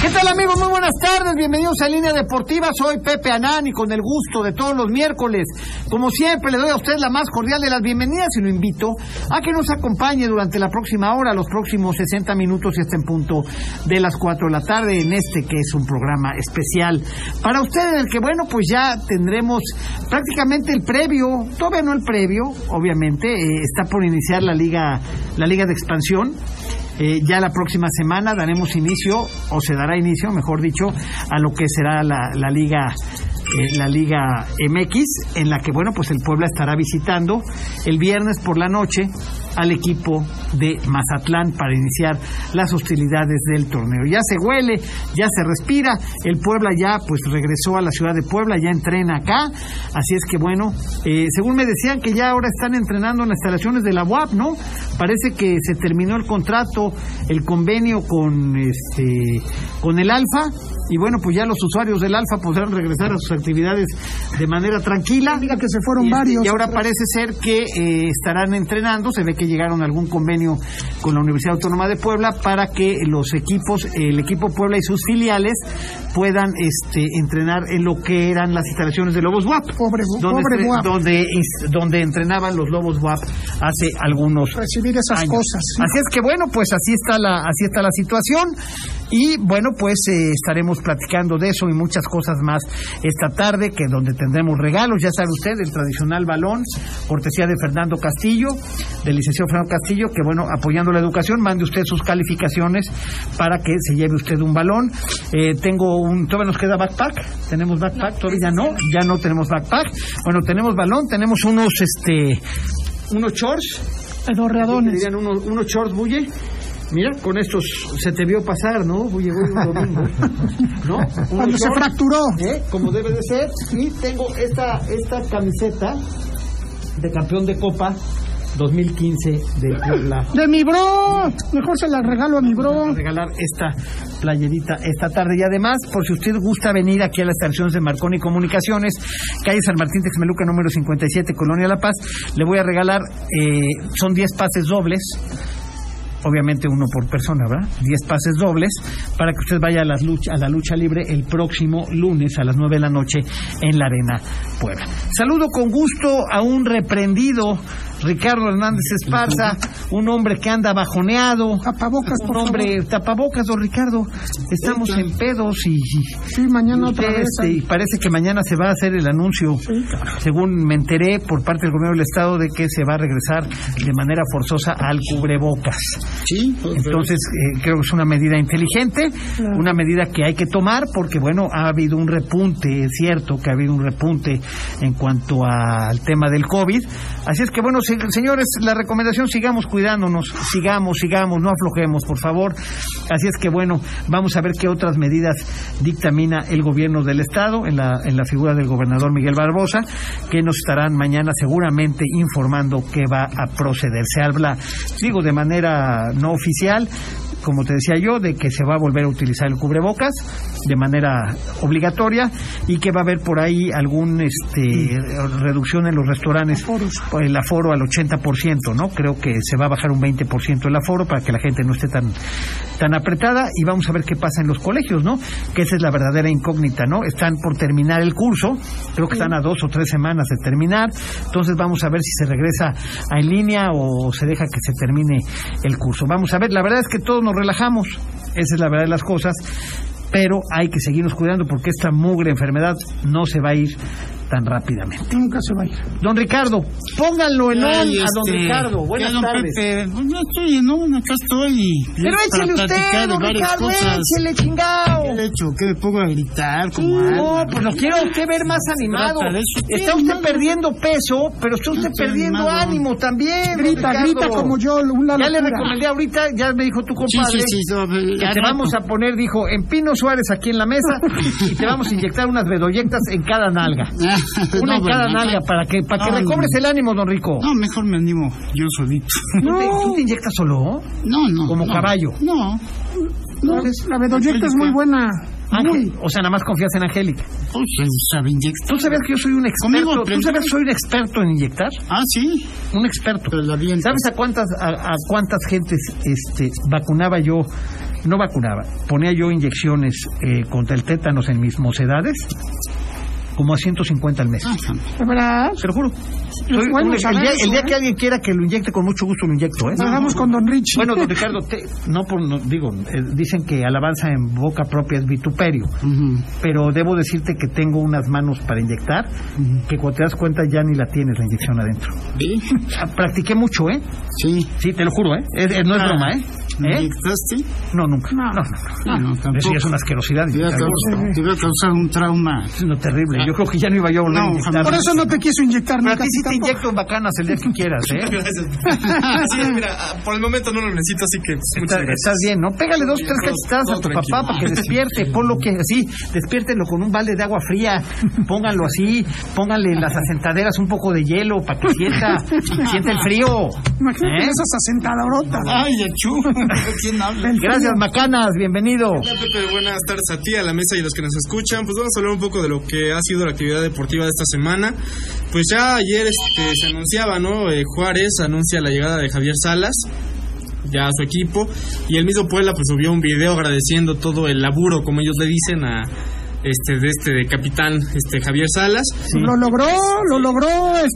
¿Qué tal amigos? Muy buenas tardes, bienvenidos a Línea Deportiva, soy Pepe Anán y con el gusto de todos los miércoles, como siempre, le doy a usted la más cordial de las bienvenidas y lo invito a que nos acompañe durante la próxima hora, los próximos 60 minutos y hasta en punto de las 4 de la tarde en este que es un programa especial para usted en el que, bueno, pues ya tendremos prácticamente el previo, todavía no el previo, obviamente, eh, está por iniciar la liga, la liga de expansión. Eh, ya la próxima semana daremos inicio, o se dará inicio, mejor dicho, a lo que será la, la liga. eh, la Liga MX, en la que, bueno, pues el Puebla estará visitando el viernes por la noche al equipo de Mazatlán para iniciar las hostilidades del torneo. Ya se huele, ya se respira, el Puebla ya, pues regresó a la ciudad de Puebla, ya entrena acá, así es que, bueno, eh, según me decían que ya ahora están entrenando en las instalaciones de la UAP, ¿no? Parece que se terminó el contrato, el convenio con este con el Alfa y bueno, pues ya los usuarios del Alfa podrán regresar a sus actividades de manera tranquila. Diga que se fueron varios. Y ahora parece ser que eh, estarán entrenando, se ve que llegaron a algún convenio con la Universidad Autónoma de Puebla para que los equipos, el equipo Puebla y sus filiales puedan este entrenar en lo que eran las instalaciones de Lobos WAP. Pobre- donde, pobre estre- WAP. donde, is- donde entrenaban los Lobos WAP hace algunos recibir esas años. cosas. Así es que bueno, pues así está la así está la situación y bueno, pues eh, estaremos platicando de eso y muchas cosas más esta tarde que donde tendremos regalos, ya sabe usted, el tradicional balón cortesía de Fernando Castillo, del licenciado Fernando Castillo, que bueno, apoyando la educación, mande usted sus calificaciones para que se lleve usted un balón. Eh, tengo un todavía nos queda backpack, tenemos backpack, todavía no, ya no tenemos backpack. Bueno, tenemos balón, tenemos unos este unos shorts Eh, Pedorreadones. Dirían unos, unos shorts, Bulle. Mira, con estos se te vio pasar, ¿no? Bulle, hoy un domingo. ¿No? Unos Cuando se shorts, fracturó. ¿eh? Como debe de ser. Y tengo esta, esta camiseta de campeón de Copa 2015 de Puebla. De mi bro. Mejor se la regalo a mi bro. a regalar esta playerita esta tarde. Y además, por si usted gusta venir aquí a las estaciones de Marconi Comunicaciones, calle San Martín Texmeluca, número 57, Colonia La Paz, le voy a regalar, eh, son 10 pases dobles. Obviamente uno por persona, ¿verdad? 10 pases dobles para que usted vaya a, las lucha, a la lucha libre el próximo lunes a las 9 de la noche en la Arena Puebla. Saludo con gusto a un reprendido, Ricardo Hernández Esparza, un hombre que anda bajoneado, Tapabocas, por un hombre, tapabocas, don Ricardo. Estamos en pedos y, y- Sí, mañana y otra usted, vez. este, y parece que mañana se va a hacer el anuncio, según me enteré por parte del gobierno del Estado, de que se va a regresar de manera forzosa al cubrebocas. Sí, pues, Entonces, eh, creo que es una medida inteligente, una medida que hay que tomar porque, bueno, ha habido un repunte, es cierto que ha habido un repunte en cuanto a- al tema del COVID. Así es que, bueno, se- señores, la recomendación, sigamos cuidándonos, sigamos, sigamos, no aflojemos, por favor. Así es que, bueno, vamos a ver qué otras medidas dictamina el gobierno del Estado en la, en la figura del gobernador Miguel Barbosa, que nos estarán mañana seguramente informando qué va a proceder. Se habla, digo, de manera no oficial, como te decía yo, de que se va a volver a utilizar el cubrebocas de manera obligatoria y que va a haber por ahí algún este reducción en los restaurantes por el aforo al 80%, ¿no? Creo que se va a bajar un 20% el aforo para que la gente no esté tan tan apretada y vamos a ver qué pasa en los colegios, ¿no? Que esa es la verdadera incógnita, ¿no? Están por terminar el curso, creo que están a dos o tres semanas de terminar, entonces vamos a ver si se regresa a en línea o se deja que se termine el curso. Vamos a ver, la verdad es que todos nos relajamos, esa es la verdad de las cosas, pero hay que seguirnos cuidando porque esta mugre enfermedad no se va a ir tan rápidamente. Nunca se va a ir. Don Ricardo, pónganlo en on Ay, a don este, Ricardo. ya, Buenas don tardes. Pepe, pues, no estoy en on, acá estoy. y- Pero para échele usted, platicar de don varias Ricardo, cosas. échele chingao. ¿Qué le he hecho? ¿Qué me pongo a gritar? Como No, alma? pues lo quiero a usted ver más animado. Trata de eso. Está Sí, usted no, perdiendo peso, pero está usted estoy perdiendo animado. ánimo también. don Grita, Ricardo. grita como yo. Una Ya le locura. recomendé ahorita, ya me dijo tu Sí, sí, compadre. sí, no, pues, que ya rato. te vamos a poner, dijo, en Pino Suárez aquí en la mesa y te vamos a inyectar unas bedoyectas en cada nalga. Ah, pues, Una en No, cada ¿verdad? nalga para que, para que Ay. recobres el ánimo, don Rico. No, mejor me animo yo solito. ¿Tú, te, tú te inyectas solo? No, no. Como no. caballo. No. No, la bedoyecta es muy buena. Ángel, o sea, nada más confías en Angélica. Pues se sabe inyectar. ¿Tú sabes que yo soy un Conmigo, experto? ¿Tú aprendí. sabes que soy un experto en inyectar? Ah, sí. Un experto. Pero la bien. ¿Sabes a cuántas a, a cuántas gentes este vacunaba yo? No vacunaba, ponía yo inyecciones eh, contra el tétanos en mis mocedades, como a 150 al mes. Ah, ¿De verdad? Se lo juro. Soy un- bueno, el, saber día, eso, el día ¿eh? que alguien quiera que lo inyecte, con mucho gusto lo inyecto. ¿eh? Lo hagamos con don Richie. Bueno, don Ricardo, te- no, por, no- digo, eh, dicen que alabanza en boca propia es vituperio, ujú. pero debo decirte que tengo unas manos para inyectar que cuando te das cuenta ya ni la tienes la inyección adentro. ¿Ve? Ah, Practiqué mucho, ¿eh? Sí. Sí, te lo juro, ¿eh? Es- es- no es Ah. broma, ¿eh? ¿Me ¿Eh? inyectaste? No, nunca. No, No. no. Ah, no, tampoco. Eso ya es una asquerosidad. Te iba a Algo causar- te iba a causar un trauma. no, terrible. Yo creo que ya no iba yo a volver a No, inyectar. jamás. Por eso no te quiso inyectar Pero a nunca. ti sí te así tampoco. inyecto en bacanas el día que quieras, ¿eh? Así es, mira, ah, por el momento no lo necesito, así que pues, muchas Está- gracias. estás bien, ¿no? Pégale dos, tres cachetadas a tu papá para que despierte. Ponlo que así, despiértelo con un balde de agua fría. Pónganlo así. Pónganle en las asentaderas un poco de hielo para que sienta, sienta el frío. Imagínate ¿Eh? Ah, esas asentadabrotas. Ay, achú. ¿Quién habla? Gracias, Macanas. Bienvenido. Hola Pepe, buenas tardes a ti, a la mesa y a los que nos escuchan. Pues vamos a hablar un poco de lo que ha sido la actividad deportiva de esta semana. Pues ya ayer este, se anunciaba, ¿no? Eh, Juárez anuncia la llegada de Javier Salas ya a su equipo y el mismo Puebla pues subió un video agradeciendo todo el laburo, como ellos le dicen a este de este capitán este Javier Salas. Lo logró, lo logró,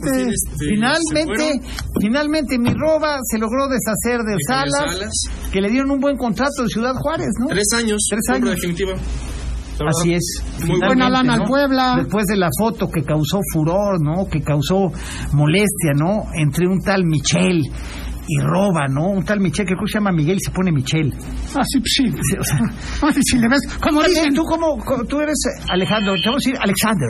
Sí, este... este, se Finalmente, fueron. finalmente mi roba se logró deshacer de, De Javier Salas, que le dieron un buen contrato de Ciudad Juárez, ¿no? Tres años, Tres compra años. definitiva. La Así verdad, es. Muy Finalmente, buena lana ¿no? al Puebla. Después de la foto que causó furor, ¿no? Que causó molestia, ¿no? Entre un tal Michel y roba, ¿no? Un tal Michel que creo que se llama Miguel y se pone Michel. Así, Ah, sí. O sea, Ay, si le ves, como está bien, dicen, tú como co- tú eres eh, Alejandro, te vamos a decir Alexander.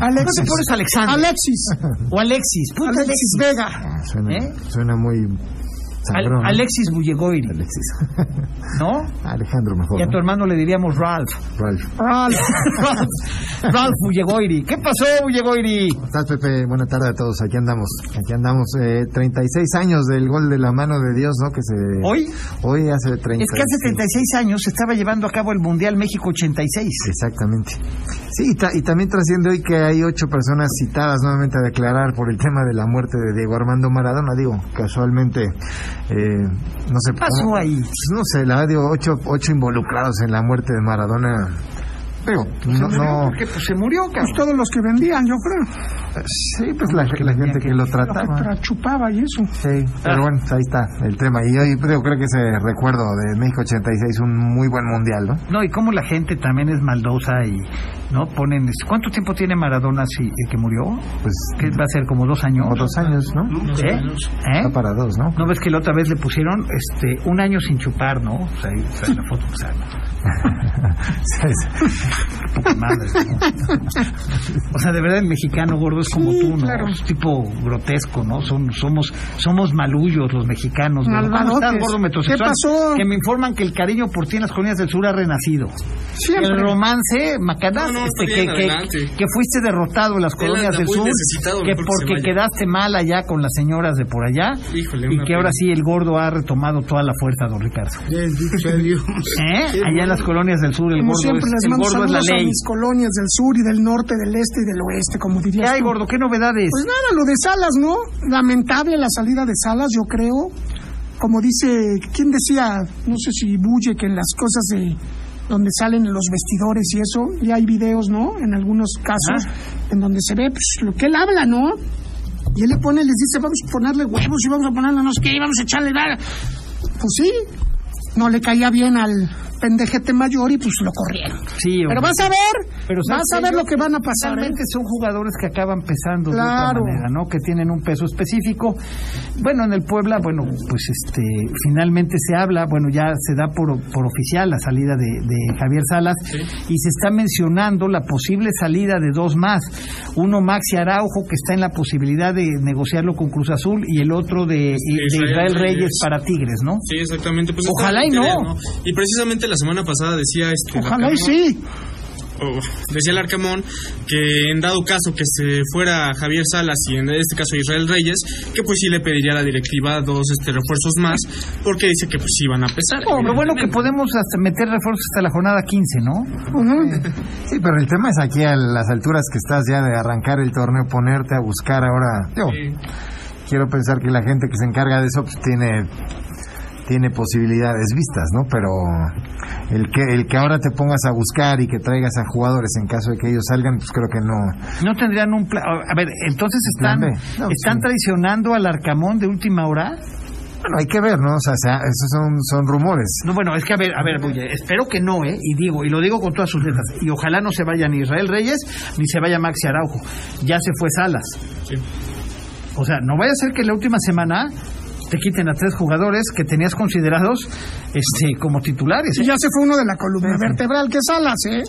Alexis. No te pones Alexander Alexis. o Alexis, ponte Alexis Alexis. Vega. Ah, Suena, ¿Eh? suena muy Al- sangrón. ¿no? Alexis Bullegoiri, Alexis. ¿no? Alejandro mejor. Y a tu ¿no? hermano le diríamos Ralph. Ralph. Ralph. Ralph, Ralph Bullegoiri. ¿Qué pasó, Bullegoiri? ¿Cómo estás, Pepe? Buena tarde a todos. Aquí andamos. Aquí andamos. Eh, 36 años del gol de la mano de Dios, ¿no? Que se... ¿Hoy? Hoy hace 30. Es que hace 36 años se estaba llevando a cabo el Mundial México 86. Exactamente. Sí, y, ta- y también trasciende hoy que hay ocho personas citadas nuevamente a declarar por el tema de la muerte de Diego Armando Maradona. Digo, casualmente, eh, no sé. ¿Qué pasó ahí? Pues no sé, la verdad, digo, ocho, ocho involucrados en la muerte de Maradona. Digo, no, no, Porque pues, se murió, Pues cabrón. todos los que vendían, yo creo. Sí, pues la, la gente que lo Lo que trataba. tra- chupaba y eso. Sí, pero Ah. bueno, ahí está el tema. Y hoy creo, creo que ese recuerdo de México 86, un muy buen mundial, ¿no? No, y cómo la gente también es maldosa y no ponen... ¿Cuánto tiempo tiene Maradona si, el que murió? Pues ¿Qué va a ser? ¿Como dos años? como dos años, ¿no? ¿Eh? ¿Eh? Está para dos, ¿no? ¿No ves que la otra vez le pusieron este un año sin chupar, no? O sea, ahí está la foto, o sea, Sí, sí. poca madre, ¿no? O sea, de verdad el mexicano gordo es como tú, ¿no? claro. Es tipo grotesco, ¿no? Son, somos, somos malullos los mexicanos. ¿no? Malvadotes. ¿Cómo estás, gordo metrosexual? ¿Qué pasó? Que me informan que el cariño por ti en las colonias del sur ha renacido. El Siempre. romance, Macanas, No, no, este, está que, bien, adelante. que, que fuiste derrotado en las Él colonias anda del muy sur, necesitado, que mejor que se porque vaya. quedaste mal allá con las señoras de por allá, Híjole, y una que ahora pena. sí el gordo ha retomado toda la fuerza, don Ricardo. ¿Eh? Allá en las colonias del sur, el Como gordo, siempre, es, les el mando gordo es la saludos a ley. mis colonias del sur y del norte, del este y del oeste, como ¿Qué dirías hay, tú. gordo? ¿Qué novedades? Pues nada, lo de Salas, ¿no? Lamentable la salida de Salas, yo creo. Como dice, ¿quién decía? No sé si Bulle, que en las cosas de donde salen los vestidores y eso, y hay videos, ¿no? En algunos casos, Ah. en donde se ve pues, lo que él habla, ¿no? Y él le pone, les dice, vamos a ponerle huevos y vamos a ponerle no sé qué, y vamos a echarle... nada. Pues sí, no le caía bien al pendejete mayor y pues lo corrieron. sí, hombre. Pero vas a ver, Pero ¿sabes vas a qué? ver Yo lo que van a pasar. ¿eh? Realmente son jugadores que acaban pesando de otra Claro. manera, ¿no? Que tienen un peso específico. Bueno, en el Puebla, bueno, pues este, finalmente se habla, bueno, ya se da por, por oficial la salida de, de Javier Salas y se está mencionando la posible salida de dos más. Uno, Maxi Araujo, que está en la posibilidad de negociarlo con Cruz Azul y el otro de, de Israel Israel Reyes. Reyes para Tigres, ¿no? Sí, exactamente. Pues Ojalá está y la no. idea, Y precisamente la semana pasada decía este. Ojalá y Bacano, sí. o decía el Arcamón que en dado caso que se fuera Javier Salas y en este caso Israel Reyes, que pues sí le pediría a la directiva dos este, refuerzos más, porque dice que pues sí van a pesar. No, lo bueno que podemos hasta meter refuerzos hasta la jornada 15, ¿no? Sí, pero el tema es aquí a las alturas que estás ya de arrancar el torneo, ponerte a buscar ahora. Yo Sí. quiero pensar que la gente que se encarga de eso pues, tiene tiene posibilidades vistas, ¿no? Pero el que el que ahora te pongas a buscar y que traigas a jugadores en caso de que ellos salgan, pues creo que no. No tendrían un plan. A ver, entonces plan están, B. No, están sí. traicionando al Arcamón de última hora. Bueno, hay que ver, ¿no? O sea, sea- esos son son rumores. No, bueno, es que a ver, a ver, Bulle, espero que no, ¿eh? Y digo, y lo digo con todas sus letras. Y ojalá no se vaya ni Israel Reyes ni se vaya Maxi Araujo. Ya se fue Salas. Sí. O sea, no vaya a ser que la última semana te quiten a tres jugadores que tenías considerados este como titulares. Y ya se fue uno de la columna vertebral, que es Salas, ¿eh?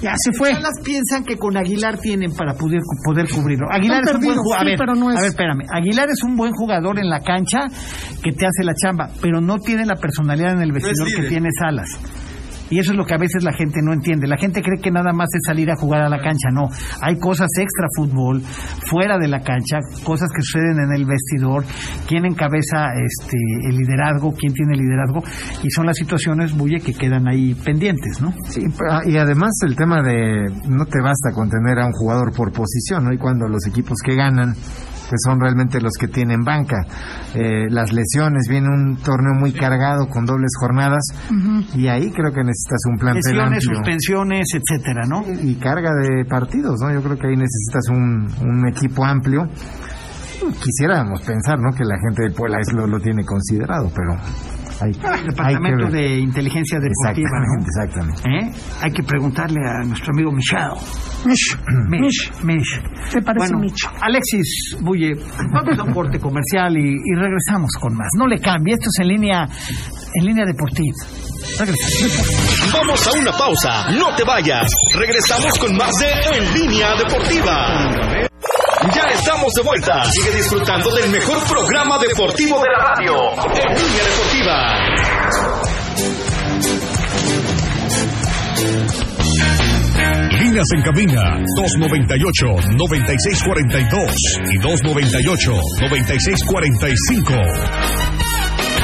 Ya se fue. Salas piensan que con Aguilar tienen para poder, poder cubrirlo. Aguilar es Están un buen perdidos, jugador. sí, pero no es. A ver, espérame. Aguilar es un buen jugador en la cancha que te hace la chamba, pero no tiene la personalidad en el vestidor que líder. tiene Salas. Y eso es lo que a veces la gente no entiende. La gente cree que nada más es salir a jugar a la cancha. No, hay cosas extra fútbol, fuera de la cancha, cosas que suceden en el vestidor, quién encabeza este, el liderazgo, quién tiene el liderazgo, y son las situaciones, Bulle, que quedan ahí pendientes, ¿no? Sí, pa- y además el tema de no te basta con tener a un jugador por posición, ¿no? Y cuando los equipos que ganan que son realmente los que tienen banca. Eh, las lesiones, viene un torneo muy cargado con dobles jornadas y ahí creo que necesitas un plantel Lesiones, amplio suspensiones, etcétera, ¿no? y carga de partidos, ¿no? Yo creo que ahí necesitas un, un equipo amplio. Quisiéramos pensar, ¿no? Que la gente de Puebla es lo, lo tiene considerado, pero hay, Ah, El hay que Departamento ver. de Inteligencia Deportiva. Exactamente, exactamente. ¿no? ¿Eh? Hay que preguntarle a nuestro amigo Michao. Mish, Mish, Mish. ¿Te parece Bueno, Micho? Alexis Bulle, vamos a un corte comercial y, y regresamos con más. No le cambie, esto es en línea, en línea deportiva. Regresamos. Vamos a una pausa, no te vayas. Regresamos con más de En Línea Deportiva. Ya estamos de vuelta. Sigue disfrutando del mejor programa deportivo de la radio. En Línea Deportiva. Líneas en cabina 298-9642 y 298-9645.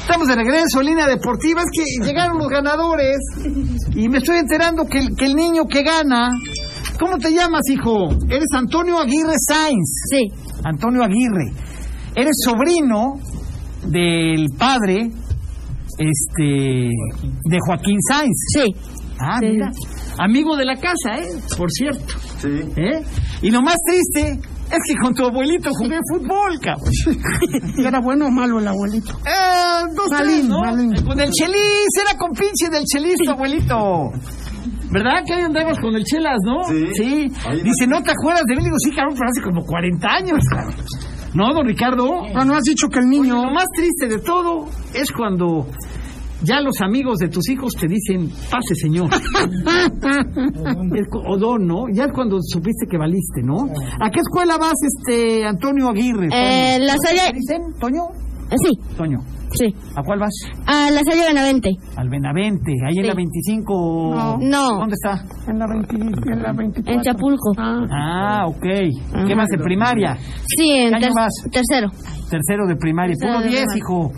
Estamos de regreso en línea deportiva. Es que llegaron los ganadores y me estoy enterando que, el- que el niño que gana. ¿Cómo te llamas, hijo? Eres Antonio Aguirre Sainz. Sí, Antonio Aguirre. Eres sobrino del padre este de Joaquín Sáenz. sí. Ah, Sí. mira. Amigo de la casa, ¿eh? Por cierto. ¿Eh? Y lo más triste es que con tu abuelito jugué fútbol, cabrón. ¿Y ¿Era bueno o malo el abuelito? Eh, dos, tres, Malín, ¿no? malín. Eh, Con el Chelis, era con pinche del Chelis, tu abuelito. ¿Verdad que ahí andamos con el Chelas, no? Sí. Dice, ¿no te acuerdas de mí? Digo, sí, cabrón, pero hace como 40 años, cabrón. ¿No, don Ricardo? No, no has dicho que el Oye, niño... lo más triste de todo es cuando ya los amigos de tus hijos te dicen, pase señor. Es cu- o don, ¿no? Ya es cuando supiste que valiste, ¿no? ¿A qué escuela vas, este, Antonio Aguirre? Eh, Toño? la ¿Te Salle, dicen, Toño? sí, Toño, sí. ¿a cuál vas? A la Salle Benavente. Al Benavente, ahí en Sí. la 25. No. No. ¿Dónde está? En la, 20 en la 24. En Chapulco. Ah, ok. ¿Qué Ajá. más de primaria? Sí, en ¿Qué año ter- vas? tercero. Tercero de primaria. Tercero Puro de 10, primaria. hijo.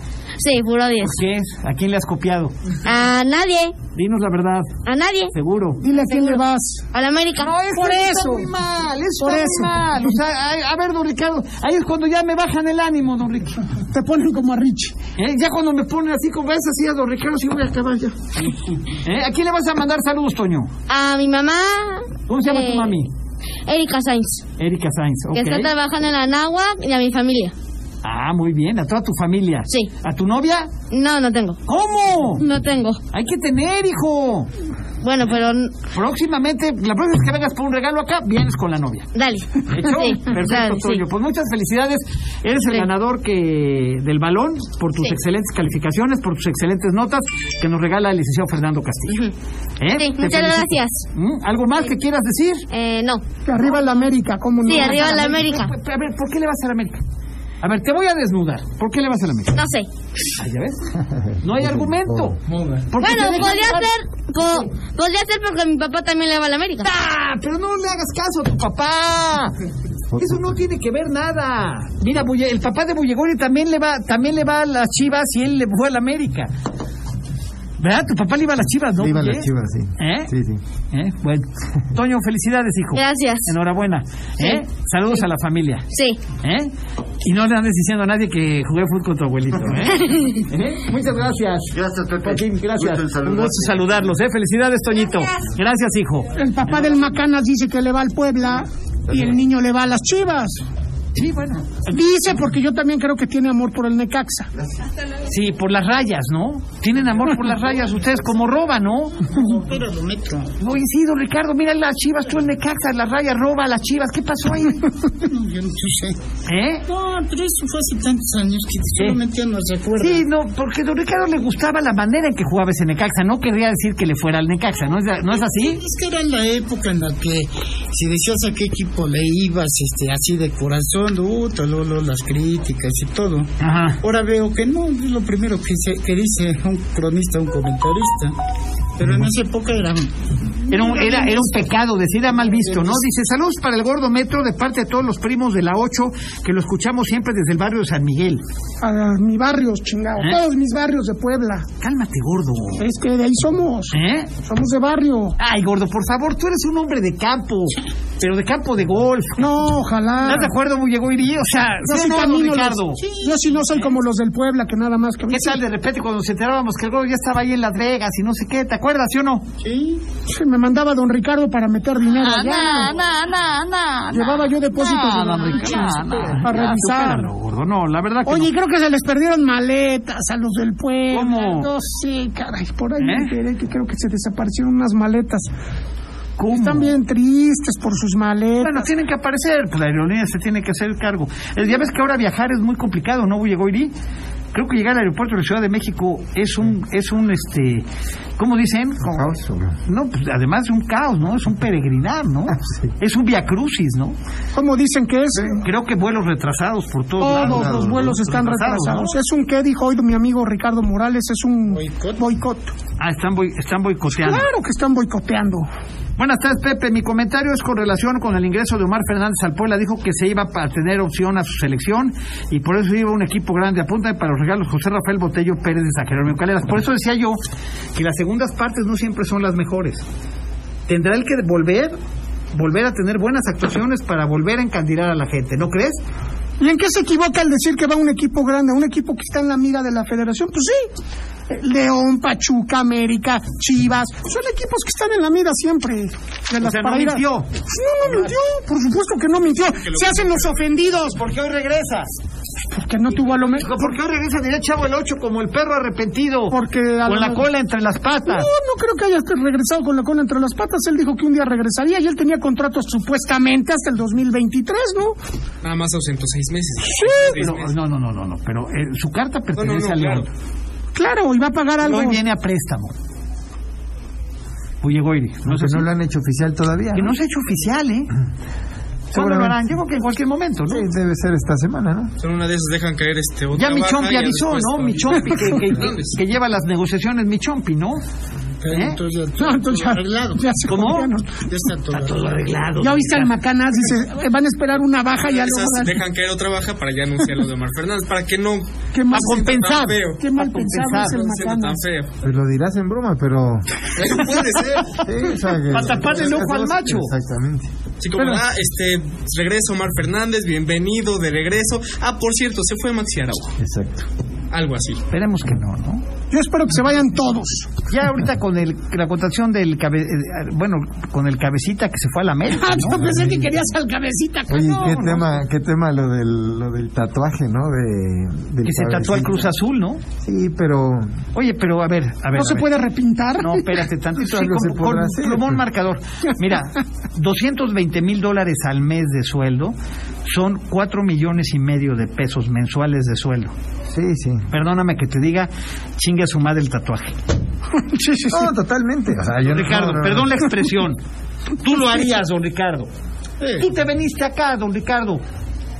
Sí, puro 10. ¿Por qué? ¿A quién le has copiado? A nadie, Dinos la verdad, a nadie. seguro. Dile a quién le vas. A la América. Por Está eso. muy mal, eso Por está eso. muy mal. O sea, ay, a ver, don Ricardo, ahí es cuando ya me bajan el ánimo, don Ricardo. Te ponen como a Richie. ¿Eh? Ya cuando me ponen así como ves así a don Ricardo, sí voy a acabar ya. ¿Eh? ¿A quién le vas a mandar saludos, Toño? A mi mamá. ¿Cómo se llama eh, tu mami? Erika Sainz, Erika Sainz, que está ok. trabajando en la Nahua y a mi familia. Ah, muy bien, a toda tu familia. Sí. ¿A tu novia? No, no tengo. ¿Cómo? No tengo. Hay que tener, hijo. Bueno, pero n- Próximamente, la próxima vez que vengas por un regalo acá, vienes con la novia. dale. ¿Hecho? Sí, Perfecto, dale, sí. Toño. Pues muchas felicidades. Eres el Sí. ganador que del balón por tus Sí. excelentes calificaciones, por tus excelentes notas que nos regala el licenciado Fernando Castillo. Ujú. ¿Eh? Sí, Te muchas felicito. gracias. ¿Mm? ¿Algo más que quieras decir? Eh, no. Que arriba la América, como no. Pues, Sí, arriba la América. A ver, ¿por qué le vas a la América? A ver, te voy a desnudar. ¿Por qué le vas a la América? No sé. Ah, ¿Ya ves? No hay argumento. Moda. ¿Por qué Bueno, te dejas podría llevar? ser, po- podría ser porque mi papá también le va a la América. ¡Ah! Pero no le hagas caso a tu papá. Eso no tiene que ver nada. Mira, Bulle- el papá de Bullegori también le va, también le va a las Chivas y él le fue a la América. ¿Verdad? Tu papá le iba a las Chivas, ¿no? Viva Bulle? las chivas, sí. ¿Eh? Sí, sí. ¿Eh? Bueno, Toño, felicidades, hijo. Gracias. Enhorabuena. ¿Eh? Saludos a la familia. Sí. ¿Eh? Y no le andes diciendo a nadie que jugué fútbol con tu abuelito. ¿eh? ¿Eh? Muchas gracias. Gracias, Pepe. Joaquín, Pues gracias. Gusto en Un gusto saludarlos. ¿eh? Felicidades, Toñito. Gracias, hijo. El papá del Macanas dice que le va al Puebla y el niño le va a las Chivas. Sí, bueno. Dice porque yo también creo que tiene amor por el Necaxa. Sí, por las rayas, ¿no? Tienen amor por las rayas ustedes como roba, ¿no? No incido, Ricardo. Mira las chivas, tú en Necaxa, las rayas roba a las chivas. ¿Qué pasó ahí? Yo no sé. ¿Eh? No, pero eso fue hace tantos años que solamente nos recuerda. Sí, no, porque a don Ricardo le gustaba la manera en que jugaba ese Necaxa. No querría decir que le fuera al Necaxa, ¿no es, no es así? Es pues que era la época en la que si decías a qué equipo le ibas, este, así de corazón, uh, luego luego las críticas y todo. Ajá. Ahora veo que no, es lo primero que, se- que dice un cronista, un comentarista. Pero en esa época era... Era un, era, era un pecado, decir, era mal visto, ¿no? Dice, saludos para el gordo metro de parte de todos los primos de la 8 que lo escuchamos siempre desde el barrio de San Miguel. A mi barrio, chingado. ¿Eh? Todos mis barrios de Puebla. Cálmate, gordo. Es que de ahí somos. ¿Eh? Somos de barrio. Ay, gordo, por favor, tú eres un hombre de campo, pero de campo de golf. No, ojalá. ¿Estás de acuerdo, Bullegoiri? O sea, Yo sí, sí no, don camino Ricardo. los- Yo sí no soy como los del Puebla, que nada más que... ¿Qué tal de repente cuando nos enterábamos que el gordo ya estaba ahí en Las Vegas y no sé qué? ¿Te acuerdas, sí o no? Sí, Sí, Me mandaba don Ricardo para meter dinero Ah, allá. no, no, no, no, no. Llevaba yo depósitos de No, don Ricardo, no, no, para ya, revisar. supéralo, gordo. No, la verdad que Oye, no. creo que se les perdieron maletas a los del pueblo. ¿Cómo? No sé, caray, por ahí me ¿Eh? enteré que creo que se desaparecieron unas maletas. ¿Cómo? Están bien tristes por sus maletas. Bueno, tienen que aparecer, pues la aerolínea se tiene que hacer cargo. Eh, Ya ves que ahora viajar es muy complicado, ¿no, Bullegoiri? Creo que llegar al aeropuerto de la Ciudad de México es un, es un, este, ¿cómo dicen? Caos, ¿o no? No, pues además es un caos, ¿no? Es un peregrinar, ¿no? sí. Es un viacrucis, ¿no? ¿Cómo dicen que es? Creo que vuelos retrasados por todos Todos lados. los vuelos están retrasados. Es un qué dijo hoy mi amigo Ricardo Morales, es un Boicot. Ah. boicot. ¿no? Ah, están, boi- están boicoteando. Claro que están boicoteando. Buenas tardes, Pepe. Mi comentario es con relación con el ingreso de Omar Fernández al Puebla. Dijo que se iba a tener opción a su selección y por eso iba un equipo grande. Apunta para los regalos José Rafael Botello Pérez de San Jerónimo Caleras. Por eso decía yo que las segundas partes no siempre son las mejores. Tendrá el que volver, volver a tener buenas actuaciones para volver a encandilar a la gente, ¿no crees? ¿Y en qué se equivoca al decir que va un equipo grande, un equipo que está en la mira de la federación? Pues sí, eh, León, Pachuca, América, Chivas, son equipos que están en la mira siempre. De las sea, no para ir a- mintió. Pues No, no mintió, por supuesto que no mintió. Se hacen los ofendidos Porque hoy regresas. porque no tuvo a lo mejor. Porque hoy regresa dirá Chavo el 8 como el perro arrepentido. Porque a con lo la mejor- cola entre las No, patas. no creo que haya regresado con la cola entre las patas. Él dijo que un día regresaría y él tenía contratos supuestamente hasta el 2023, ¿no? Nada más ausentó seis meses. Seis Pero, meses. no, no, no, no, no. Pero eh, su carta No, pertenece no, no, a León. claro. Claro, y va a pagar algo. Hoy viene a préstamo. Bullegoiri. No sé Aunque si- no lo han hecho oficial todavía. Que ¿no? no se ha hecho oficial, ¿eh? ¿Cuándo lo Seguramente. harán? Yo creo que en cualquier momento, ¿no? Sí, debe ser esta semana, ¿no? Son una de esas dejan caer este otra Ya mi baja chompi y avisó, después ¿no? con- Mi chompi que, que- que- Fernández. que lleva las negociaciones, mi chompi, ¿no? ¿Eh? entonces, No, entonces ya, arreglado. ya se ¿Cómo? jodieron. Ya está todo. arreglado. Ya oíste al Macanas, dice, eh, van a esperar una baja y Una de ya luego esas van- dejan caer otra baja para ya anunciar lo de Omar Fernández, para que no Qué mal, se sienta compensar. tan feo. qué mal a pensado es el No se sienta tan Macanas. feo. Pues lo dirás en broma, pero... Eso puede ser. Sí, o sea, que- Para taparle el ojo al macho. Exactamente. Sí, como, ah, este, regresa Omar Fernández, bienvenido de regreso. Ah, por cierto, se fue Maxi Araujo. Exacto. Algo así. Esperemos que no, ¿no? Yo espero que se vayan todos. Ya ahorita con el, la contracción del... Cabe, eh, bueno, con el cabecita que se fue a la América, Ah, ¿no? yo pensé que querías al cabecita. Ah, Oye, no, qué no. tema, qué tema lo del, lo del tatuaje, ¿no? De, del Que se tatuó al cabecita. Cruz Azul, ¿no? Sí, pero Oye, pero a ver, a ver. ¿No a se ver. puede repintar? No, espérate, tantito. Algo sí, se con, podrá con hacer. plumón marcador. Mira, 220 mil dólares al mes de sueldo son 4 millones y medio de pesos mensuales de sueldo. sí, sí. Perdóname que te diga, chingue a su madre el tatuaje. Sí, sí, sí. No, totalmente. O sea, Ah, yo Don no- Ricardo, no, no. perdón la expresión. Tú lo harías, don Ricardo. Tú te veniste acá, don Ricardo.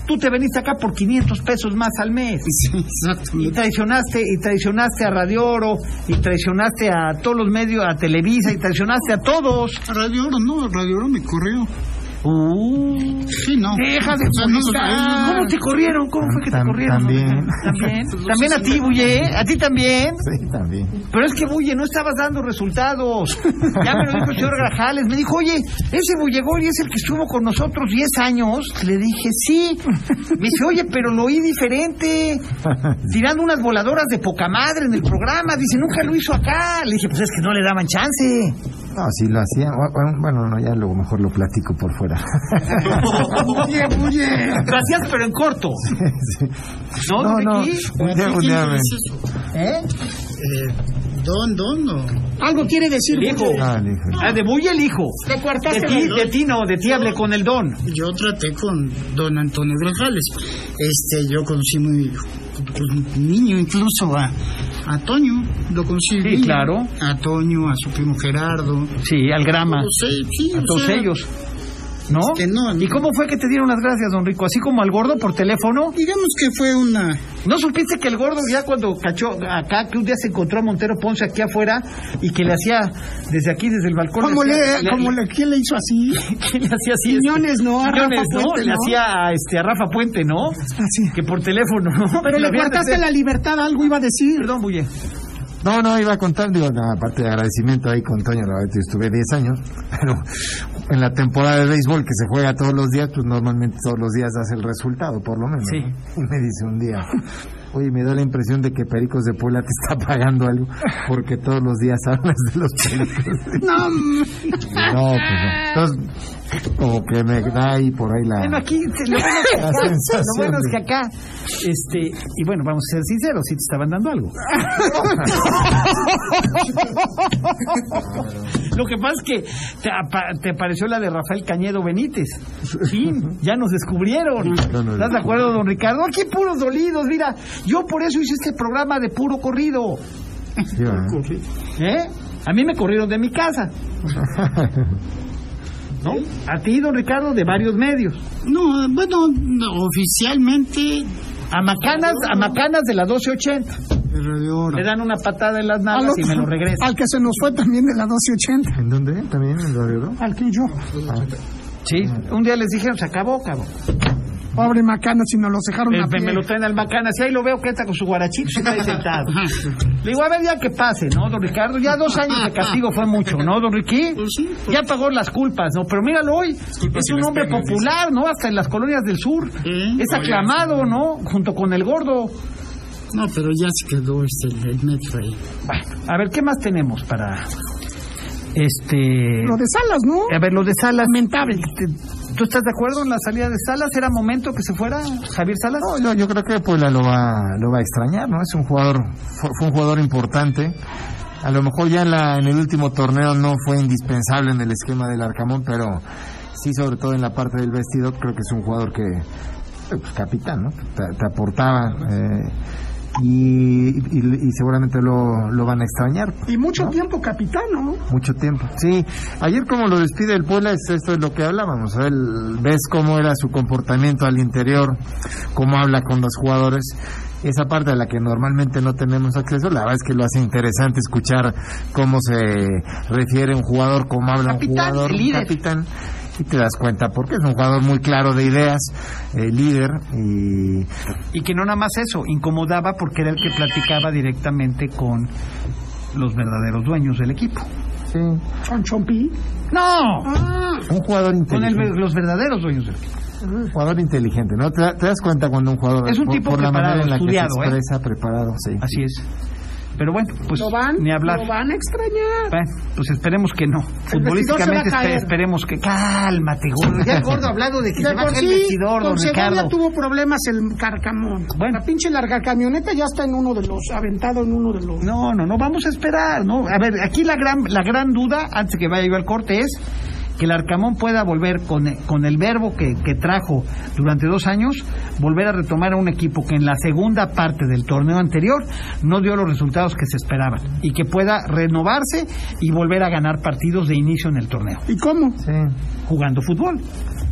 Tú tú te veniste acá por 500 pesos más al mes. Y Exactamente. traicionaste, y traicionaste a Radio Oro, y traicionaste a todos los medios, a Televisa, y traicionaste a todos. Radio Oro, no, Radio Oro me corrió. Sí, no. Uh. Deja de O sea, no, no, no, ¿Cómo te corrieron? ¿Cómo fue que te Tam- corrieron? también. También. También a ti, Buye. A ti también. Sí, también. Pero es que, Buye, no estabas dando resultados. Ya me lo dijo el señor Grajales. Me dijo, oye, ese Bullegori es el que estuvo con nosotros 10 años. Le dije, sí. Me dice, oye, pero lo oí diferente. Tirando unas voladoras de poca madre en el programa. Dice, nunca lo hizo acá. Le dije, pues es que no le daban chance. No, sí lo hacía. O- o- Bueno, no, ya luego mejor lo platico por fuera. Buye, Buye. Gracias, pero en corto. Sí. No, No, no. Ricky? Un día, un ¿Quién le día, me- dice eso? ¿Eh? Eh, don, don, no. Algo quiere decir, viejo. Ah, le dije, Ah, de Buy el hijo. Te De cuartaste ti, de ti no, de ti hablé con el don. yo traté con don Antonio Grajales. Este, yo conocí muy pues, niño incluso a, a Toño, lo conocí. Sí, niño. claro. A Toño, a su primo Gerardo. Sí, al grama. No Pues, sé, eh, sí, A o todos sea, ellos. ¿No? este, no, ¿Y cómo fue que te dieron las gracias, don Rico? Así como al gordo por teléfono. Digamos que fue una ¿No supiste que el gordo ya cuando cachó acá, que un día se encontró a Montero Ponce aquí afuera y que le hacía desde aquí, desde el balcón? ¿Cómo le, hacía- cómo le, ¿Quién le hizo así? que le hacía así? Quiñones, ¿no? A Rafa Quiñones, ¿no? Puente, Le ¿no? hacía a, este, a Rafa Puente, ¿no? Así. Que por teléfono, ¿no? Pero Lo le habían de cortaste hacer. la libertad, algo iba a decir. Perdón, Buye. No, no, iba a contar, digo, no, aparte de agradecimiento ahí con Toño, la verdad que estuve 10 años, pero en la temporada de béisbol que se juega todos los días, pues normalmente todos los días das el resultado, por lo menos. Sí. ¿no? Y me dice un día, oye, me da la impresión de que Pericos de Puebla te está pagando algo, porque todos los días hablas de los Pericos. No, mm, No, pues no. Entonces, como que me da ahí por ahí Bueno, la... aquí te- lo bueno, es que La acá- sensación lo bueno es que de- acá, este, y bueno, vamos a ser sinceros, si te estaban dando algo. lo que pasa es que te, apa- te apareció la de Rafael Cañedo Benítez. Sí, ya nos descubrieron. no, no. ¿Estás de acuerdo, don Ricardo? Aquí puros dolidos, mira, yo por eso hice este programa de puro corrido. Sí, ¿verdad? ¿Eh? A mí me corrieron de mi casa. ¿No? A ti, don Ricardo, de varios medios. no bueno no, oficialmente A macanas, a macanas de la 1280. Radio Oro Le dan una patada en las al, nalgas y otro- me lo regresan. al que se nos fue también de la 1280. ¿En dónde? ¿También en Radio Oro? Al que yo. Sí. Un día les dijeron, se acabó, cabrón. Pobre Macana, si nos los dejaron Eh, Me, a pie. me lo traen al macanas y ahí lo veo que está con su guarachito se está ahí sentado. Le digo, a ver ya que pase, ¿no, don Ricardo? Ya dos años de castigo fue mucho, ¿no, don Ricky? Ya pagó las culpas, ¿no? Pero míralo hoy, culpas es y un las hombre penas, popular, ¿no? Hasta en las colonias del sur. ¿Eh? Es aclamado, ¿no? Junto con el gordo. no pero ya se quedó este el, el metro ahí Bueno, a ver, ¿qué más tenemos para...? Este... Lo de Salas, ¿no? A ver, lo de Salas. Lamentable. ¿Tú estás de acuerdo en la salida de Salas? ¿Era momento que se fuera Javier Salas? No, yo, yo creo que Puebla lo va, lo va a extrañar, ¿no? Es un jugador, fue, fue un jugador importante. A lo mejor ya en, la- en el último torneo no fue indispensable en el esquema del Arcamón, pero sí, sobre todo en la parte del vestidor, creo que es un jugador que, eh, pues, capitán, ¿no? Te, te aportaba. eh, y, y- y seguramente lo, lo van a extrañar Y mucho tiempo capitán, ¿no? mucho tiempo. Sí, ayer como lo despide el Puebla, es esto es lo que hablábamos. Él, ves cómo era su comportamiento al interior, cómo habla con los jugadores. Esa parte a la que normalmente no tenemos acceso, la verdad es que lo hace interesante escuchar cómo se refiere un jugador, cómo habla Capitán, un jugador, un líder. capitán. Y te das cuenta, porque es un jugador muy claro de ideas, eh, líder, y Y que no nada más eso, incomodaba porque era el que platicaba directamente con los verdaderos dueños del equipo. sí, un Con Chompi. ¡No! jugador Con el- inteligente. los verdaderos dueños del equipo. Un jugador inteligente, ¿no? Te, te das cuenta cuando un jugador Es un tipo por, por la preparado, manera en la que se estudiado, ¿eh? expresa, preparado, sí. Así es. Pero bueno, pues Lo van, ni hablar. lo van a extrañar. Bueno, pues esperemos que no. El vestidor se va a Futbolísticamente espe- caer. esperemos que... Cálmate, gordo. Ya el gordo hablando de que De se por baje sí, el vestidor, don con Segovia Ricardo. tuvo problemas el carcamón. Bueno. La pinche larga camioneta ya está en uno de los, aventado en uno de los. No, no, no, vamos a esperar, ¿no? A ver, aquí la gran, la gran duda, antes que vaya yo al corte, es que el Arcamón pueda volver con, con el verbo que, que trajo durante dos años, volver a retomar a un equipo que en la segunda parte del torneo anterior no dio los resultados que se esperaban y que pueda renovarse y volver a ganar partidos de inicio en el torneo, ¿Y cómo? Sí. jugando fútbol.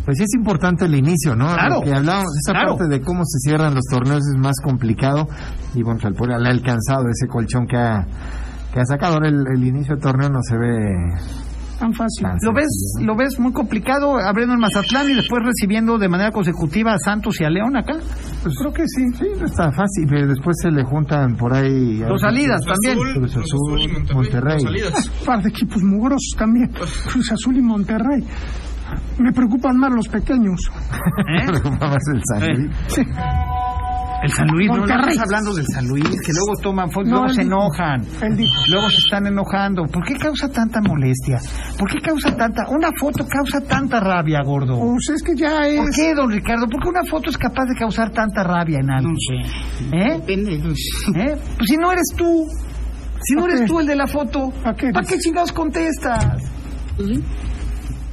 Pues sí es importante el inicio, ¿no? Claro. Lo que hablamos, esa Claro. parte de cómo se cierran los torneos es más complicado y bueno, al le ha alcanzado ese colchón que ha, que ha sacado. Ahora el, el inicio del torneo no se ve Tan fácil. tan Lo ves, sencillo, ¿no? lo ves muy complicado abriendo en Mazatlán y después recibiendo de manera consecutiva a Santos y a León acá. Pues creo que sí, sí, no está fácil, pero después se le juntan por ahí... Dos salidas también. Cruz Azul, y Monterrey. por salidas. Un par de equipos mugrosos también. Pues. Cruz Azul y Monterrey. Me preocupan más los pequeños. ¿eh? Preocupabas el salir. El San Luis, no Monterrey. estamos hablando del San Luis, que luego toman fotos, No, luego el- se enojan, Él dijo, luego se están enojando. ¿Por qué causa tanta molestia? ¿Por qué causa tanta? Una foto causa tanta rabia, gordo. pues es que ya es... ¿Por qué, don Ricardo? ¿Por qué una foto es capaz de causar tanta rabia en No alguien? sé. ¿Eh? Depende. no sé. ¿Eh? Pues si no eres tú, si no ¿Para eres qué? tú el de la foto, ¿Para qué? Pues ¿para qué chingados contestas?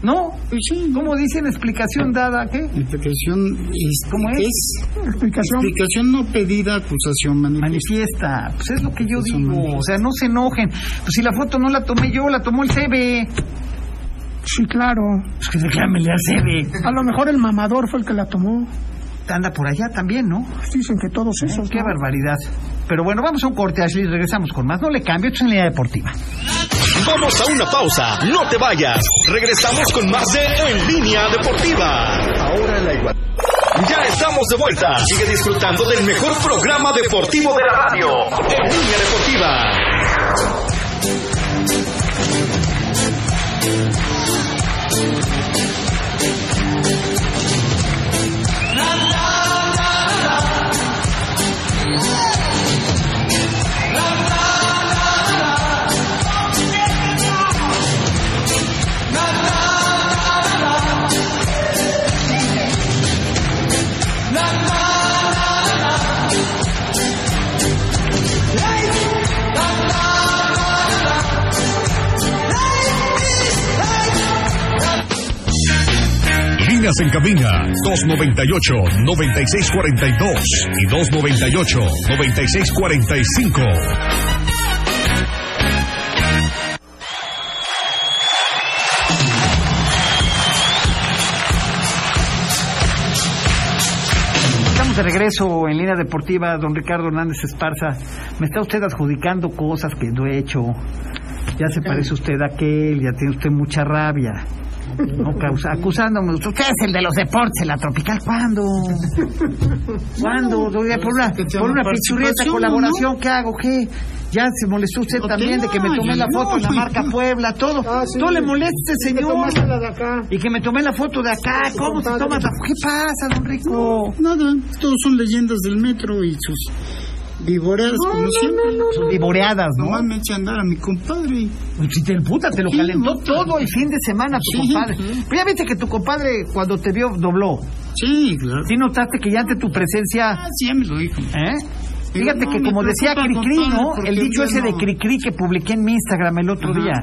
¿No? Pues sí, ¿Cómo dicen explicación dada? ¿Qué? Explicación es, ¿Cómo es? Explicación. Explicación no pedida, acusación manifiesta. Manifiesta, pues es lo que yo Eso digo, manifiesta. o sea, no se enojen. Pues si la foto no la tomé yo, la tomó el CB. Sí, claro. Pues que reclámele al CB. A lo mejor el mamador fue el que la tomó. Anda por allá también, ¿no? Eh, Pues dicen que todos esos. Qué ¿no? barbaridad. Pero bueno, vamos a un corte, Ashley, regresamos con más. No le cambio, esto es en línea deportiva. Vamos a una pausa, no te vayas. Regresamos con más de En Línea Deportiva. Ahora la igual. Ya estamos de vuelta. Sigue disfrutando del mejor programa deportivo de la radio. En Línea Deportiva. Líneas en cabina 298-9642 y 298-9645. Estamos de regreso en línea deportiva, don Ricardo Hernández Esparza. Me está usted adjudicando cosas que no he hecho. Ya se parece usted a aquel, ya tiene usted mucha rabia. No causa, acusándome, usted es el de los deportes, la tropical. ¿Cuándo? ¿Cuándo? Oiga, por una, por una pichurrieta Participación, colaboración, ¿qué hago? ¿Qué? Ya se molestó usted No te también de que me tomé vayas, la foto en la no, marca hijo. Puebla, todo. Todo le moleste, señor. Y que me tomé la foto de acá. ¿Cómo se toma la ¿Qué pasa, don Rico? Nada, todos son leyendas del metro y sus vivoreas, como siempre. Son vivoreadas, ¿no? Nomás me echa a andar a mi compadre. Pues Si te el puta, te lo Sí, calentó no, todo el fin de semana tu Sí, compadre. sí. Pero ya viste que tu compadre cuando te vio dobló. Sí, claro. Sí notaste que ya ante tu presencia, Ah, sí, ya me lo dijo. ¿eh? Pero Fíjate no, que me como decía preocupa, Cricri, compadre, ¿no? porque El dicho yo ese de no- Cricri que publiqué en mi Instagram el otro Ajá. día.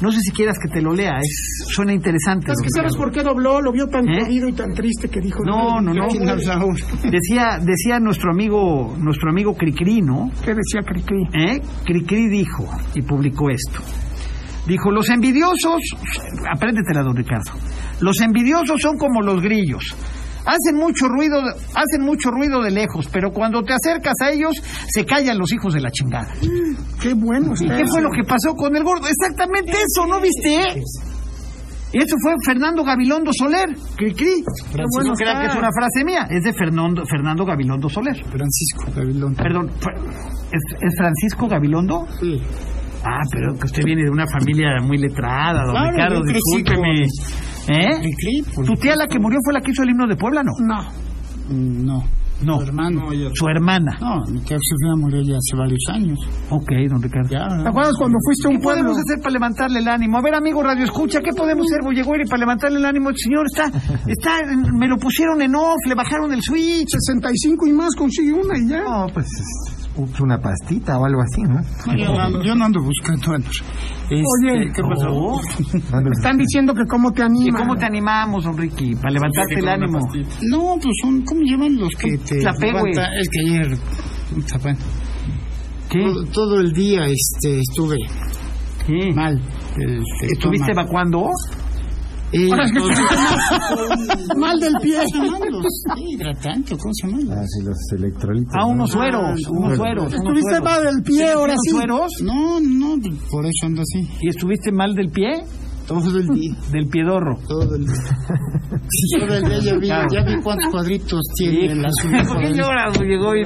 No sé si quieras que te lo lea, es- suena interesante. Es don que sabes Ricardo. por qué dobló, lo vio tan ¿Eh? jodido y tan triste que dijo. No, no, no. ¿qué hablas ahora? Decía, decía nuestro amigo, nuestro amigo Cricri, ¿no? ¿Qué decía Cricri? ¿Eh? Cricri dijo y publicó esto. Dijo, los envidiosos, apréndetela, don Ricardo, los envidiosos son como los grillos. Hacen mucho ruido, hacen mucho ruido de lejos, pero cuando te acercas a ellos, se callan los hijos de la chingada. Qué bueno. Pues, ¿Y está. qué fue lo que pasó con el gordo? Exactamente eso, ¿no viste? Y eso fue Fernando Gabilondo Soler, Cricri. Qué bueno no crean está. que es una frase mía, es de Fernando, Fernando Gabilondo Soler. Francisco Gavilón. Perdón, Fer- ¿es- ¿es Francisco Gabilondo? Sí. Ah, pero que usted viene de una familia muy letrada, don Claro, Ricardo, yo crecí discúlpeme. ¿Eh? Cricri, por- ¿Tu tía la que murió fue la que hizo el himno de Puebla, no? No. Mm, No. No. Su hermano. No, Su hermana. mi tía Sofía murió ya hace varios años. Ok, don Ricardo. Ya. ¿Te acuerdas cuando fuiste a ¿Qué un pueblo? podemos hacer para levantarle el ánimo? A ver, amigo Radio Escucha, ¿qué podemos hacer, Bollegueri, para levantarle el ánimo? El señor está, está, me lo pusieron en off, le bajaron el switch. 65 y más consigue una y ya. No, pues es- ups, una pastita o algo así, ¿no? No, yo, no ando- yo no ando buscando este, años. Oye, ¿qué pasó? Están diciendo que cómo te ¿Y anima. cómo te animamos, don Ricky, para levantarte el ánimo? No, pues son, ¿cómo llaman los que te La P, güey. levanta? Es que ayer, puta, bueno, ¿Qué? todo, todo el día este, estuve ¿Qué? mal. este, ¿Estuviste estómago. evacuando? Y Ahora es que mal del pie. Hidratante, ¿cómo se llama? Ah, sí, los electrolitos. A ¿no? unos sueros, unos sueros. unos Tuviste sueros. mal del pie, ahora sí. sueros? No, no, por eso ando así. ¿Y estuviste mal del pie? Todo el día. Del piedorro. Todo el día. Todo el día ya vi, ya vi cuántos cuadritos tiene el azul. ¿Por qué lloras? Llegó y...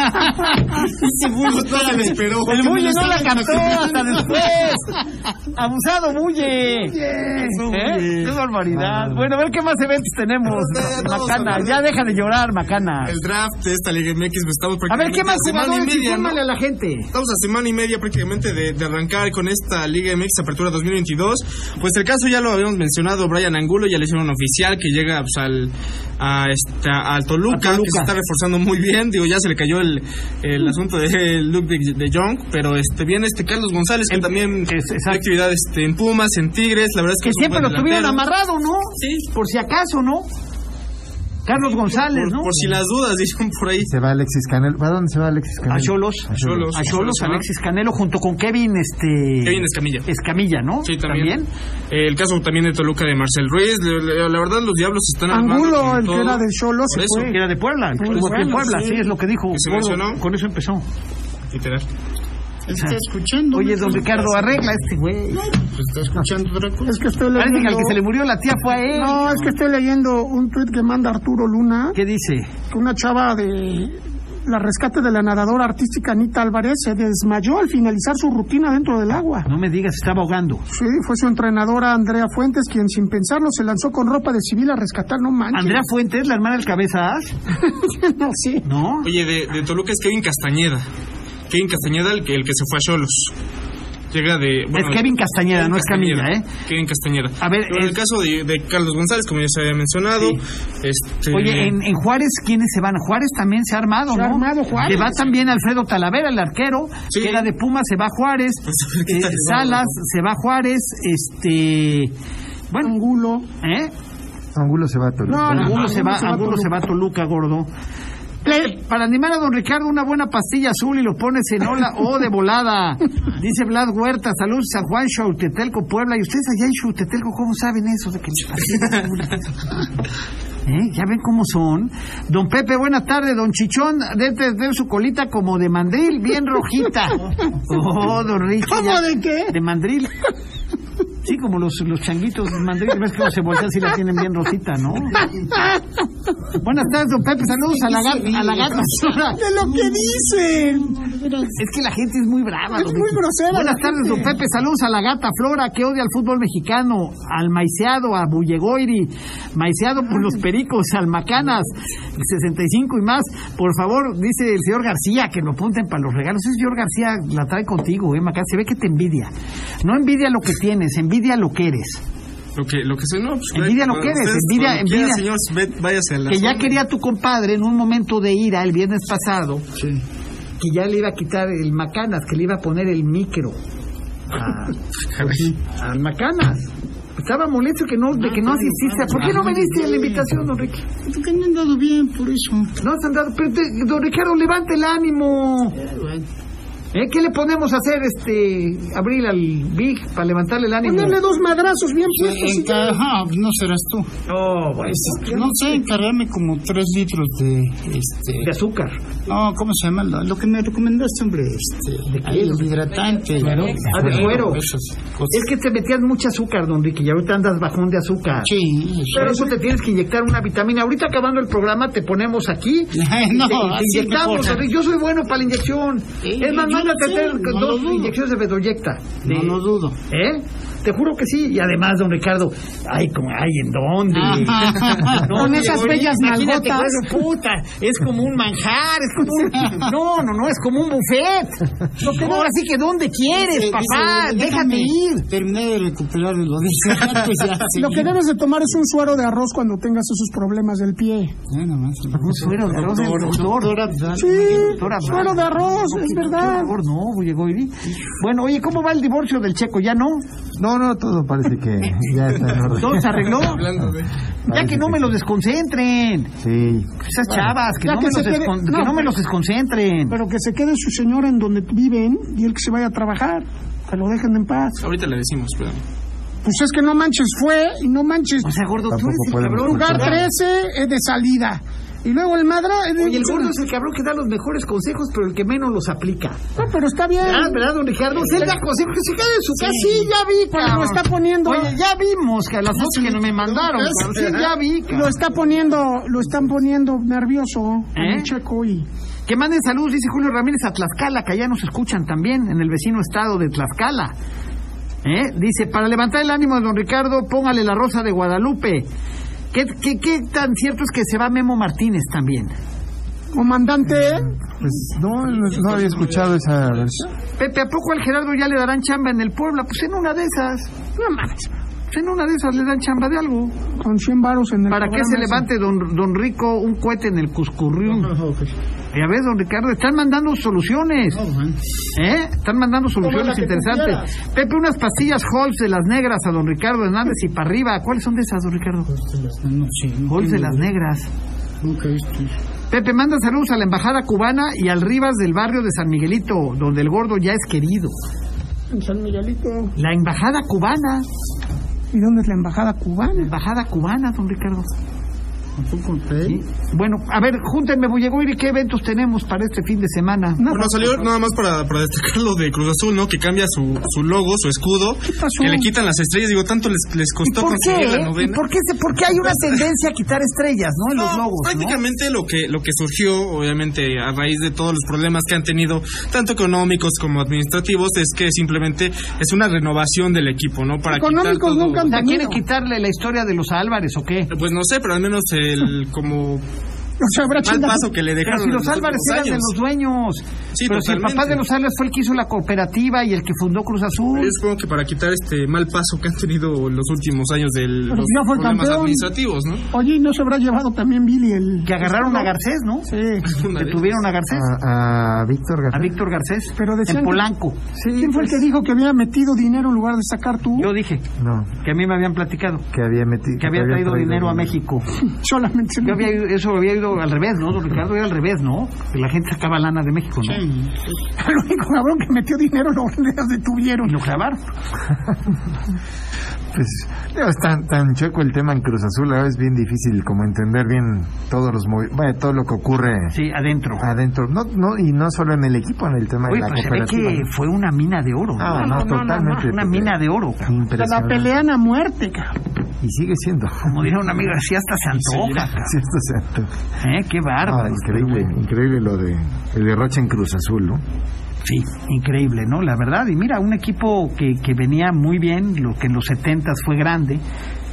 Ese burro todavía me esperó. El Muye no la cantó hasta cantó. después. Abusado Muye. ¿Eh? Qué barbaridad. Bueno, a ver qué más eventos tenemos. Todos, todos, Macana, todos. ya deja de llorar, Macana. El draft de esta Liga MX, pues, estamos A ver, ¿qué más prácticamente a semana y jugadores? media, ¿no? Infórmale a la gente. Estamos a semana y media prácticamente de, de arrancar con esta Liga MX Apertura 2022. Pues el caso ya lo habíamos mencionado, Brian Angulo ya le hicieron oficial que llega pues, al a esta, al Toluca, que se está reforzando muy bien. Digo, ya se le cayó el, el Mm. asunto de Luke de, de Jong, pero este viene este Carlos González que también es- exacto. tiene actividad este, en Pumas, en Tigres. La verdad es Que que, es un siempre buen lo tuvieron delantero. amarrado, ¿no? Pues, Sí. Por si acaso, ¿no? Carlos González, Por, ¿no? por si las dudas, dicen por ahí. Se va Alexis Canel. ¿Para dónde se va Alexis Canel? A Cholos. A Xolos. A Cholos, Ajá. Alexis Canelo, junto con Kevin, este... Kevin Escamilla. Escamilla, ¿no? Sí, también. Eh, el caso también de Toluca de Marcel Ruiz. Le- le- La verdad, los diablos están armando Angulo, con el que todo. era de Cholo, Por se eso. fue. Que era de Puebla. Por Como que Puebla, Puebla, sí. sí, es lo que dijo. Que se Gordo. lesionó. Con eso empezó. Literal. Está escuchando. Pues Oye, don Ricardo, arregla este güey. Está escuchando otra cosa. Es que estoy Parece que al leyendo. que se le murió la tía fue a él. No, es que estoy leyendo un tuit que manda Arturo Luna, ¿Qué dice? que una chava de la rescate de la nadadora artística Anita Álvarez se desmayó al finalizar su rutina dentro del agua. No me digas, estaba ahogando. Sí, fue su entrenadora Andrea Fuentes quien sin pensarlo se lanzó con ropa de civil a rescatar, no manches. Andrea Fuentes, la hermana del Cabezas. no, sí. No. Oye, de, de Toluca es Kevin Castañeda. Kevin Castañeda, el que, el que se fue a Cholos. Llega de. bueno, es Kevin Castañeda, no es Camilla, ¿eh? Kevin Castañeda. A ver, Pero en el es- caso de, de Carlos González, como ya se había mencionado. Este, Oye, en, en Juárez, ¿quiénes se van? Juárez también se ha armado, Se ¿no? ha armado Juárez. Se va también Alfredo Talavera, el arquero, Sí. que era de Puma, se va Juárez. ¿qué Eh, tal? Salas, se va Juárez. Este. Bueno. Angulo. ¿Eh? Angulo se va a Toluca. No, no, Angulo se va, a Angulo se va a Toluca, gordo. Le- para animar a don Ricardo, una buena pastilla azul y lo pones en ola o de volada. Dice Vlad Huerta, saludos a Juan Chautetelco, Puebla. ¿Y ustedes allá en Chautetelco cómo saben eso de que les pastilla azul? ¿Eh? Ya ven cómo son. Don Pepe, buena tarde. Don Chichón, debe tener su colita como de mandril, bien rojita. Oh, don Richo. ya- ¿Cómo de qué? de mandril. Sí, como los, los changuitos de mandril, ves que se voltean si la tienen bien rosita, ¿no? Buenas tardes, don Pepe, saludos a la gata. A la gata. señora. De lo que dicen. Es que la gente es muy brava. Es don muy Pepe. grosera Buenas la tardes, gente. don Pepe, saludos a la gata Flora, que odia al fútbol mexicano, al maiseado, a Bullegoiri, maiseado por Ah. los pericos, al Macanas, 65 y más. Por favor, dice el señor García, que lo apunten para los regalos. Ese señor García la trae contigo, ¿eh, Macanas? Se ve que te envidia. No envidia lo que tienes, envidia lo que eres. Lo que, lo que se no. pues, Envidia no bueno, quieres, ustedes, envidia- cuando quieran, envidia. señores, ve- váyase a la que ya zona. quería tu compadre en un momento de ira el viernes pasado, que ya le iba a quitar el macanas, que le iba a poner el micro a- al macanas. Estaba molesto que no, Ah, de que no asististe. ¿Por qué no veniste a la invitación, don Ricky? Pues Porque no han dado bien, por eso. No has andado. Pero te- don Ricardo, levante el ánimo. ¿Eh? ¿Qué le podemos hacer, este, abrir al Big para levantarle el ánimo? Ponerle dos madrazos bien puestos y ya. Ajá, no serás tú. No, bueno, No sé, encargarme como tres litros de este. de azúcar. No, ¿cómo se llama? Lo, lo que me recomendaste, hombre. Este, ¿De qué? ahí, el hidratante. Claro. Ah, de cuero. Es Es que te metías mucho azúcar, don Ricky, y ahorita andas bajón de azúcar. Sí, eso Pero es. eso te tienes que inyectar una vitamina. Ahorita acabando el programa te ponemos aquí. y No, te, te así inyectamos. mejor. Rick. Yo soy bueno para la inyección. Sí, es más, yo mándate sé, a hacer no dos lo dudo. inyecciones de Bedoyecta. No Sí. lo dudo. ¿Eh? Te juro que sí. Y además, don Ricardo, ay, como, ay, ¿en dónde? Ajá. Con Diego, esas oye, bellas imagínate, nalgotas. güey, puta, es como un manjar, es como un... No, no, no, es como un buffet. No, pero ahora sí que ¿dónde quieres, Dice- papá? dice, déjame ir. Terminé de recuperar lo de pues ya. Lo que debes de tomar es un suero de arroz cuando tengas esos problemas del pie. Ya nomás. Un suero de arroz del doctor. Abdal. Sí, Doctor Abdal. suero de arroz, es verdad. Por favor, no, Bullegoiri. Bueno, oye, ¿cómo va el divorcio del checo? ¿Ya no? No, no, todo parece que ya está en orden. ¿Todo se arregló? Hablando de- Ya que no me los desconcentren. Sí. Esas chavas, que, Ya no, que me se los quede- descon- no, que no me los desconcentren. Pero que se quede su señora en donde viven y él que se vaya a trabajar. Que lo dejen en paz. Ahorita le decimos, perdón. Pues es que no manches fue y no manches. O sea, gordo, tú Tampoco eres el podemos cabrón. Lugar culpar. 13 es de salida. Y luego el Madra. es de- Oye, el gordo es el cabrón que da los mejores consejos, pero el que menos los aplica. No, pero está bien. Ah, ¿verdad, don Ricardo? Usted da consejos que se quede en su casa. Sí, ya vi, Pero lo está poniendo. Oye, ya vimos que las fotos que no me mandaron. cabrón. Sí, ya vi. ah. Lo está poniendo, lo están poniendo nervioso. ¿Eh? el Checo y Que manden saludos, dice Julio Ramírez, a Tlaxcala, que allá nos escuchan también, en el vecino estado de Tlaxcala. ¿Eh? Dice, para levantar el ánimo de don Ricardo, póngale la rosa de Guadalupe. ¿Qué, qué, qué tan cierto es que se va Memo Martínez también? comandante. ¿eh? Pues no, no, no había escuchado esa versión. Pepe, ¿a poco al Gerardo ya le darán chamba en el Puebla? Pues en una de esas. No mames. Pues en una de esas le dan chamba de algo. Con 100 varos en el. Para que programa se ese. levante don, don Rico un cohete en el Cuscurrium. pues. Ya ves, don Ricardo, están mandando soluciones. ¿Eh? Están mandando soluciones interesantes. Pepe, unas pastillas Halls de las negras a don Ricardo Hernández y para arriba. ¿Cuáles son de esas, don Ricardo? No, sí, no Halls de tengo- las negras. nunca he visto eso. Pepe, manda saludos a la embajada cubana y al Rivas del barrio de San Miguelito, donde el gordo ya es querido. En San Miguelito. La embajada cubana. ¿Y dónde es la embajada cubana? Embajada cubana, don Ricardo. Tampoco te- Bueno, a ver, júntenme, Bullegoiri, ¿qué eventos tenemos para este fin de semana? Nada. Bueno, salió nada más para, para destacar lo de Cruz Azul, ¿no? Que cambia su, su logo, su escudo. pasó? Que le quitan las estrellas. Digo, tanto les, les ¿Y costó por qué? eh? conseguir la ¿Y novena. por qué, se- por qué hay una tendencia a quitar estrellas, no? En los No, logos, ¿no? prácticamente lo que lo que surgió obviamente a raíz de todos los problemas que han tenido tanto económicos como administrativos es que simplemente es una renovación del equipo no para quitar Económicos todo- nunca O han sea, tenido. ¿quieren quitarle la historia de los Álvarez o qué? pues no sé pero al menos el como O sea, habrá mal chingados. paso que le Pero dejaron si en los Álvarez últimos eran de años. los dueños. Sí, Pero si el totalmente. papá de los Álvarez fue el que hizo la cooperativa y el que fundó Cruz Azul. Yo supongo que para quitar este mal paso que han tenido en los últimos años de los Pero ya fue problemas campeón. administrativos, ¿no? Oye, ¿y no se habrá llevado también Billy el. Que agarraron a Garcés, ¿no? Sí. Una de- Detuvieron a Garcés, A, a Víctor ¿Eh? a García. Víctor Garcés, Pero decían en que- Polanco. ¿Quién fue el que dijo que había metido dinero en lugar de sacar tú? Yo dije No, que a mí me habían platicado que había metido. que había traído dinero a México. Solamente se Yo me- había ido- eso había ido al revés, ¿no? Don Ricardo era al revés, ¿no? Que la gente sacaba lana de México, ¿no? Al único cabrón que metió dinero lo les detuvieron. Y lo clavaron. Pues, ya es tan, tan chueco el tema en Cruz Azul, ahora es bien difícil como entender bien todos los movi- bueno, todo lo que ocurre Sí, adentro. adentro. No, no, y no solo en el equipo, en el tema Oye, de la pues se ve cooperativa. que fue una mina de oro. Ah, no, totalmente. Una mina de oro. cabrón. Se la Impresionante. pelean a muerte, cabrón. Y sigue siendo. Como diría un amigo, así hasta se antoja. Sí, esto es cierto. cabrón. ¿Eh? Qué bárbaro. Ah, increíble, increíble lo de el derroche en Cruz Azul, ¿no? Sí, increíble, ¿no? La verdad. Y mira, un equipo que, que venía muy bien, lo que en los 70 fue grande,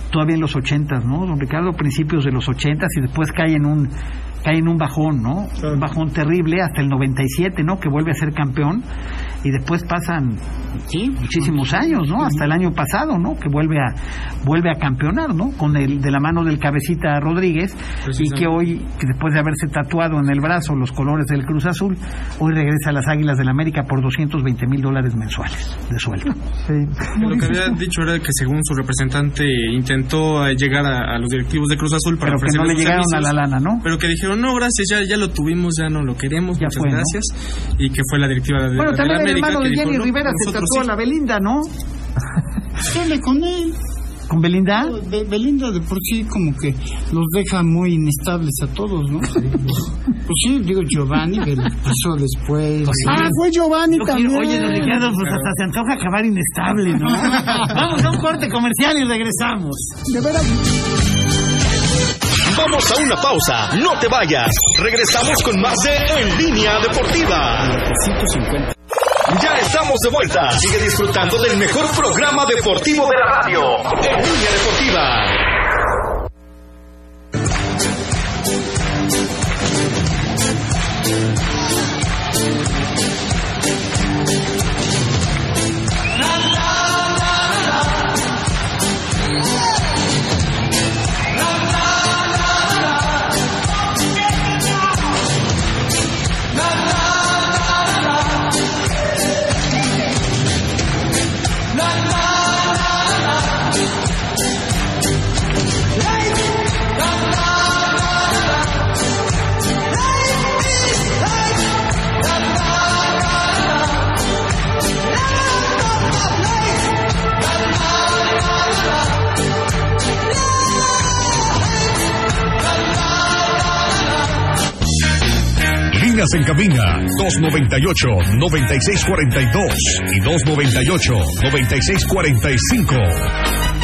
todavía en los 80, ¿no? Don Ricardo, principios de los 80 y después cae en un cae en un bajón, ¿no? Un bajón terrible hasta el 97, ¿no? Que vuelve a ser campeón y después pasan muchísimos años, ¿no? Hasta el año pasado, ¿no? Que vuelve a vuelve a campeonar, ¿no? Con el de la mano del cabecita Rodríguez y que hoy que después de haberse tatuado en el brazo los colores del Cruz Azul, hoy regresa a las Águilas del América por 220 mil dólares mensuales de sueldo. Que Lo que había dicho era que según su representante intentó eh, llegar a, a los directivos de Cruz Azul para Pero que no ofrecerles le sus llegaron a servicios, la lana, ¿no? Pero que dijeron, no, gracias, ya, ya lo tuvimos, ya no lo queremos, Ya muchas fue, ¿no? gracias. Y que fue la directiva de, Bueno, de también la el América hermano que de dijo, Jenny no, Rivera se nosotros tatuó a sí. la Belinda, ¿no? Dele con él. ¿Con Belinda? Be- Belinda de por sí como que los deja muy inestables a todos, ¿no? Pues sí, digo Giovanni, que le pasó después. Ah, fue Giovanni Pues Yo también. quiero- oye, don Ricardo, pues hasta se antoja acabar inestable, ¿no? Vamos a un corte comercial y regresamos. De veras, Vamos a una pausa, no te vayas. Regresamos con más de En Línea Deportiva. Ya estamos de vuelta. Sigue disfrutando del mejor programa deportivo de la radio. En Línea Deportiva. Líneas en cabina 298-9642 y 298-9645.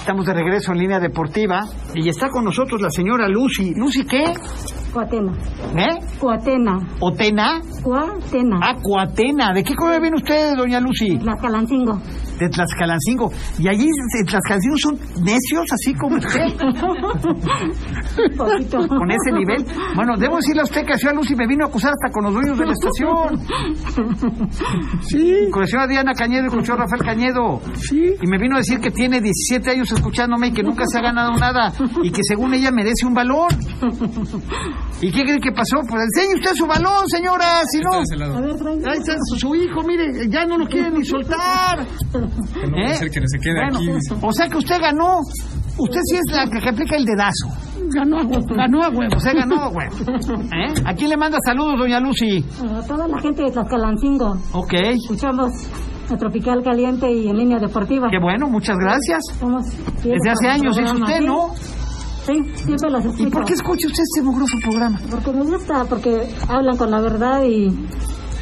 Estamos de regreso en línea deportiva y está con nosotros la señora Lucy. ¿Lucy qué? Coatena. ¿Eh? Coatena. ¿Otena? Coatena. Ah, Coatena. ¿De qué color viene usted, doña Lucy? La Calancingo. De Tlaxcalancingo. ¿Y allí en Tlaxcalancingo son necios así como usted? Poquito. Con ese nivel. Bueno, debo decirle a usted que a Lucy me vino a acusar hasta con los dueños de la estación. Sí, Con la señora Diana Cañedo y con el señor Rafael Cañedo. sí. Y me vino a decir que tiene 17 años escuchándome y que nunca se ha ganado nada y que según ella merece un valor. ¿Y qué cree que pasó? Pues enseñe usted su balón, señora, si no. ese lado. A ver, traigo. Ahí está su, su hijo, mire, ya no lo quiere ni soltar. Que no va a ser que se quede ¿Eh? Bueno, pues, aquí. o sea que usted ganó. Usted sí es la que que aplica el dedazo. Ganó a huevo. Ganó a huevo. Usted ganó, güey. ¿Eh? ¿A quién le manda saludos, doña Lucy? A toda la gente de Tlaxcalancingo. Ok. Escuchamos a Tropical Caliente y en línea deportiva. Qué bueno, muchas gracias. Somos fieles Desde hace a su años es programa, usted, ¿sí? ¿no? Sí, siempre los escucho. ¿Y por qué escucha usted este mugroso programa? Porque me gusta, porque hablan con la verdad y,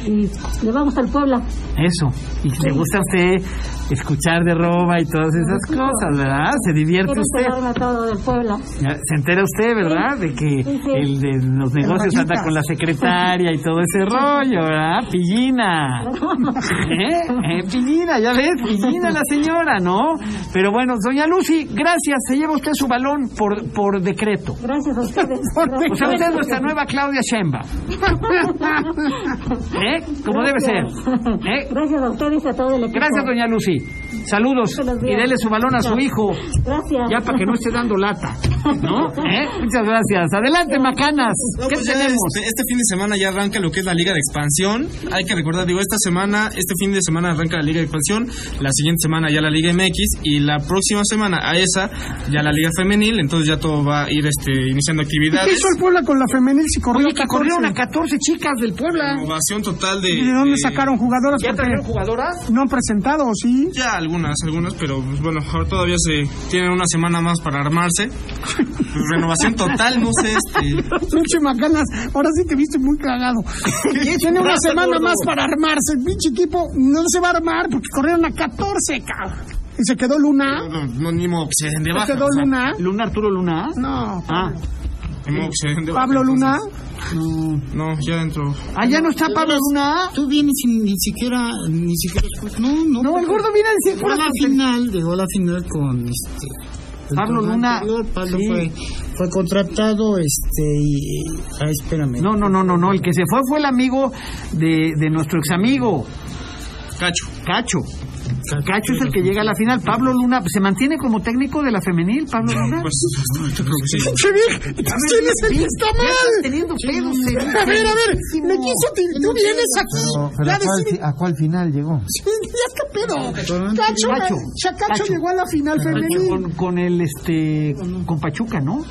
y le vamos al pueblo. Eso. Y le gusta a usted escuchar de Roma y todas esas cosas, ¿verdad? Se divierte Quiero usted. enterarme a todo del pueblo. Ya, Se entera usted, ¿verdad? De que Sí, sí. el de los negocios anda con la secretaria y todo ese rollo, ¿verdad? Pillina. ¿Eh? Eh, Pillina, ya ves, Pillina la señora, ¿no? Pero bueno, doña Lucy, gracias. Se lleva usted su balón por, por decreto. Gracias a ustedes. O sea, usted es nuestra nueva Claudia Sheinbaum. ¿Eh? Como debe ser. ¿Eh? Gracias a ustedes y a todo el equipo. Gracias, doña Lucy. Saludos. Buenos Y días. dele su balón a su hijo. Gracias. Ya para que no esté dando lata. ¿No? ¿Eh? Muchas gracias. Adelante, macanas. No, ¿Qué pues ya tenemos? Este, este fin de semana ya arranca lo que es la Liga de Expansión. Hay que recordar, digo, esta semana, este fin de semana arranca la Liga de Expansión, la siguiente semana ya la Liga MX y la próxima semana a esa ya la Liga Femenil. Entonces ya todo va a ir este, iniciando ¿Qué actividades. hizo el Puebla con la femenil si corrió Oye, que 14? corrieron a 14 chicas del Puebla. Innovación total de. ¿Y de dónde sacaron jugadoras? ¿Ya Porque trajeron jugadoras? no han presentado, ¿sí? Ya algunas, algunas, pero pues, bueno, ahora todavía se tienen una semana más para armarse. Pues, Renovación total, no sé. Este, Pinche macanas, ahora sí te viste muy cagado. Tiene una pasa, semana gordo? más para armarse. El pinche equipo no se va a armar porque corrieron a 14, cabrón. Y se quedó Luna. no, no, ni modo que se den de Se baja. quedó o sea, Luna. Luna, Arturo Luna. No. Ah, ni modo que se den de baja, Pablo Luna. entonces. No, ya dentro. ah, ya no está Pablo Luna. Tú vienes y ni siquiera, ni siquiera... No, no. No, el gordo viene a decir Llegó puras a la tonterías. final, llegó a la final con este... el Pablo torneo Luna. anterior, Pablo Sí. fue, fue contratado, este, y... Ah, espérame. No, no, no, no, no. El que se fue fue el amigo de, de nuestro ex amigo, Cacho. Cacho. Cacho es el que llega a la final. Pablo Luna pues, se mantiene como técnico de la femenil, Pablo Luna. Pues, yo creo que sí. Che, vieja, entonces, ¿quién es el que está mal? teniendo pedos, eh. A ver, a ver, me quiso, te- tú vienes Pero, aquí pero ya ¿a, a cuál, decir, fi- a cuál final llegó? ya qué pedo. Cacho, Cacho. Ah, Chacacho Cacho. llegó a la final femenil. Con, con el este con Pachuca, ¿no?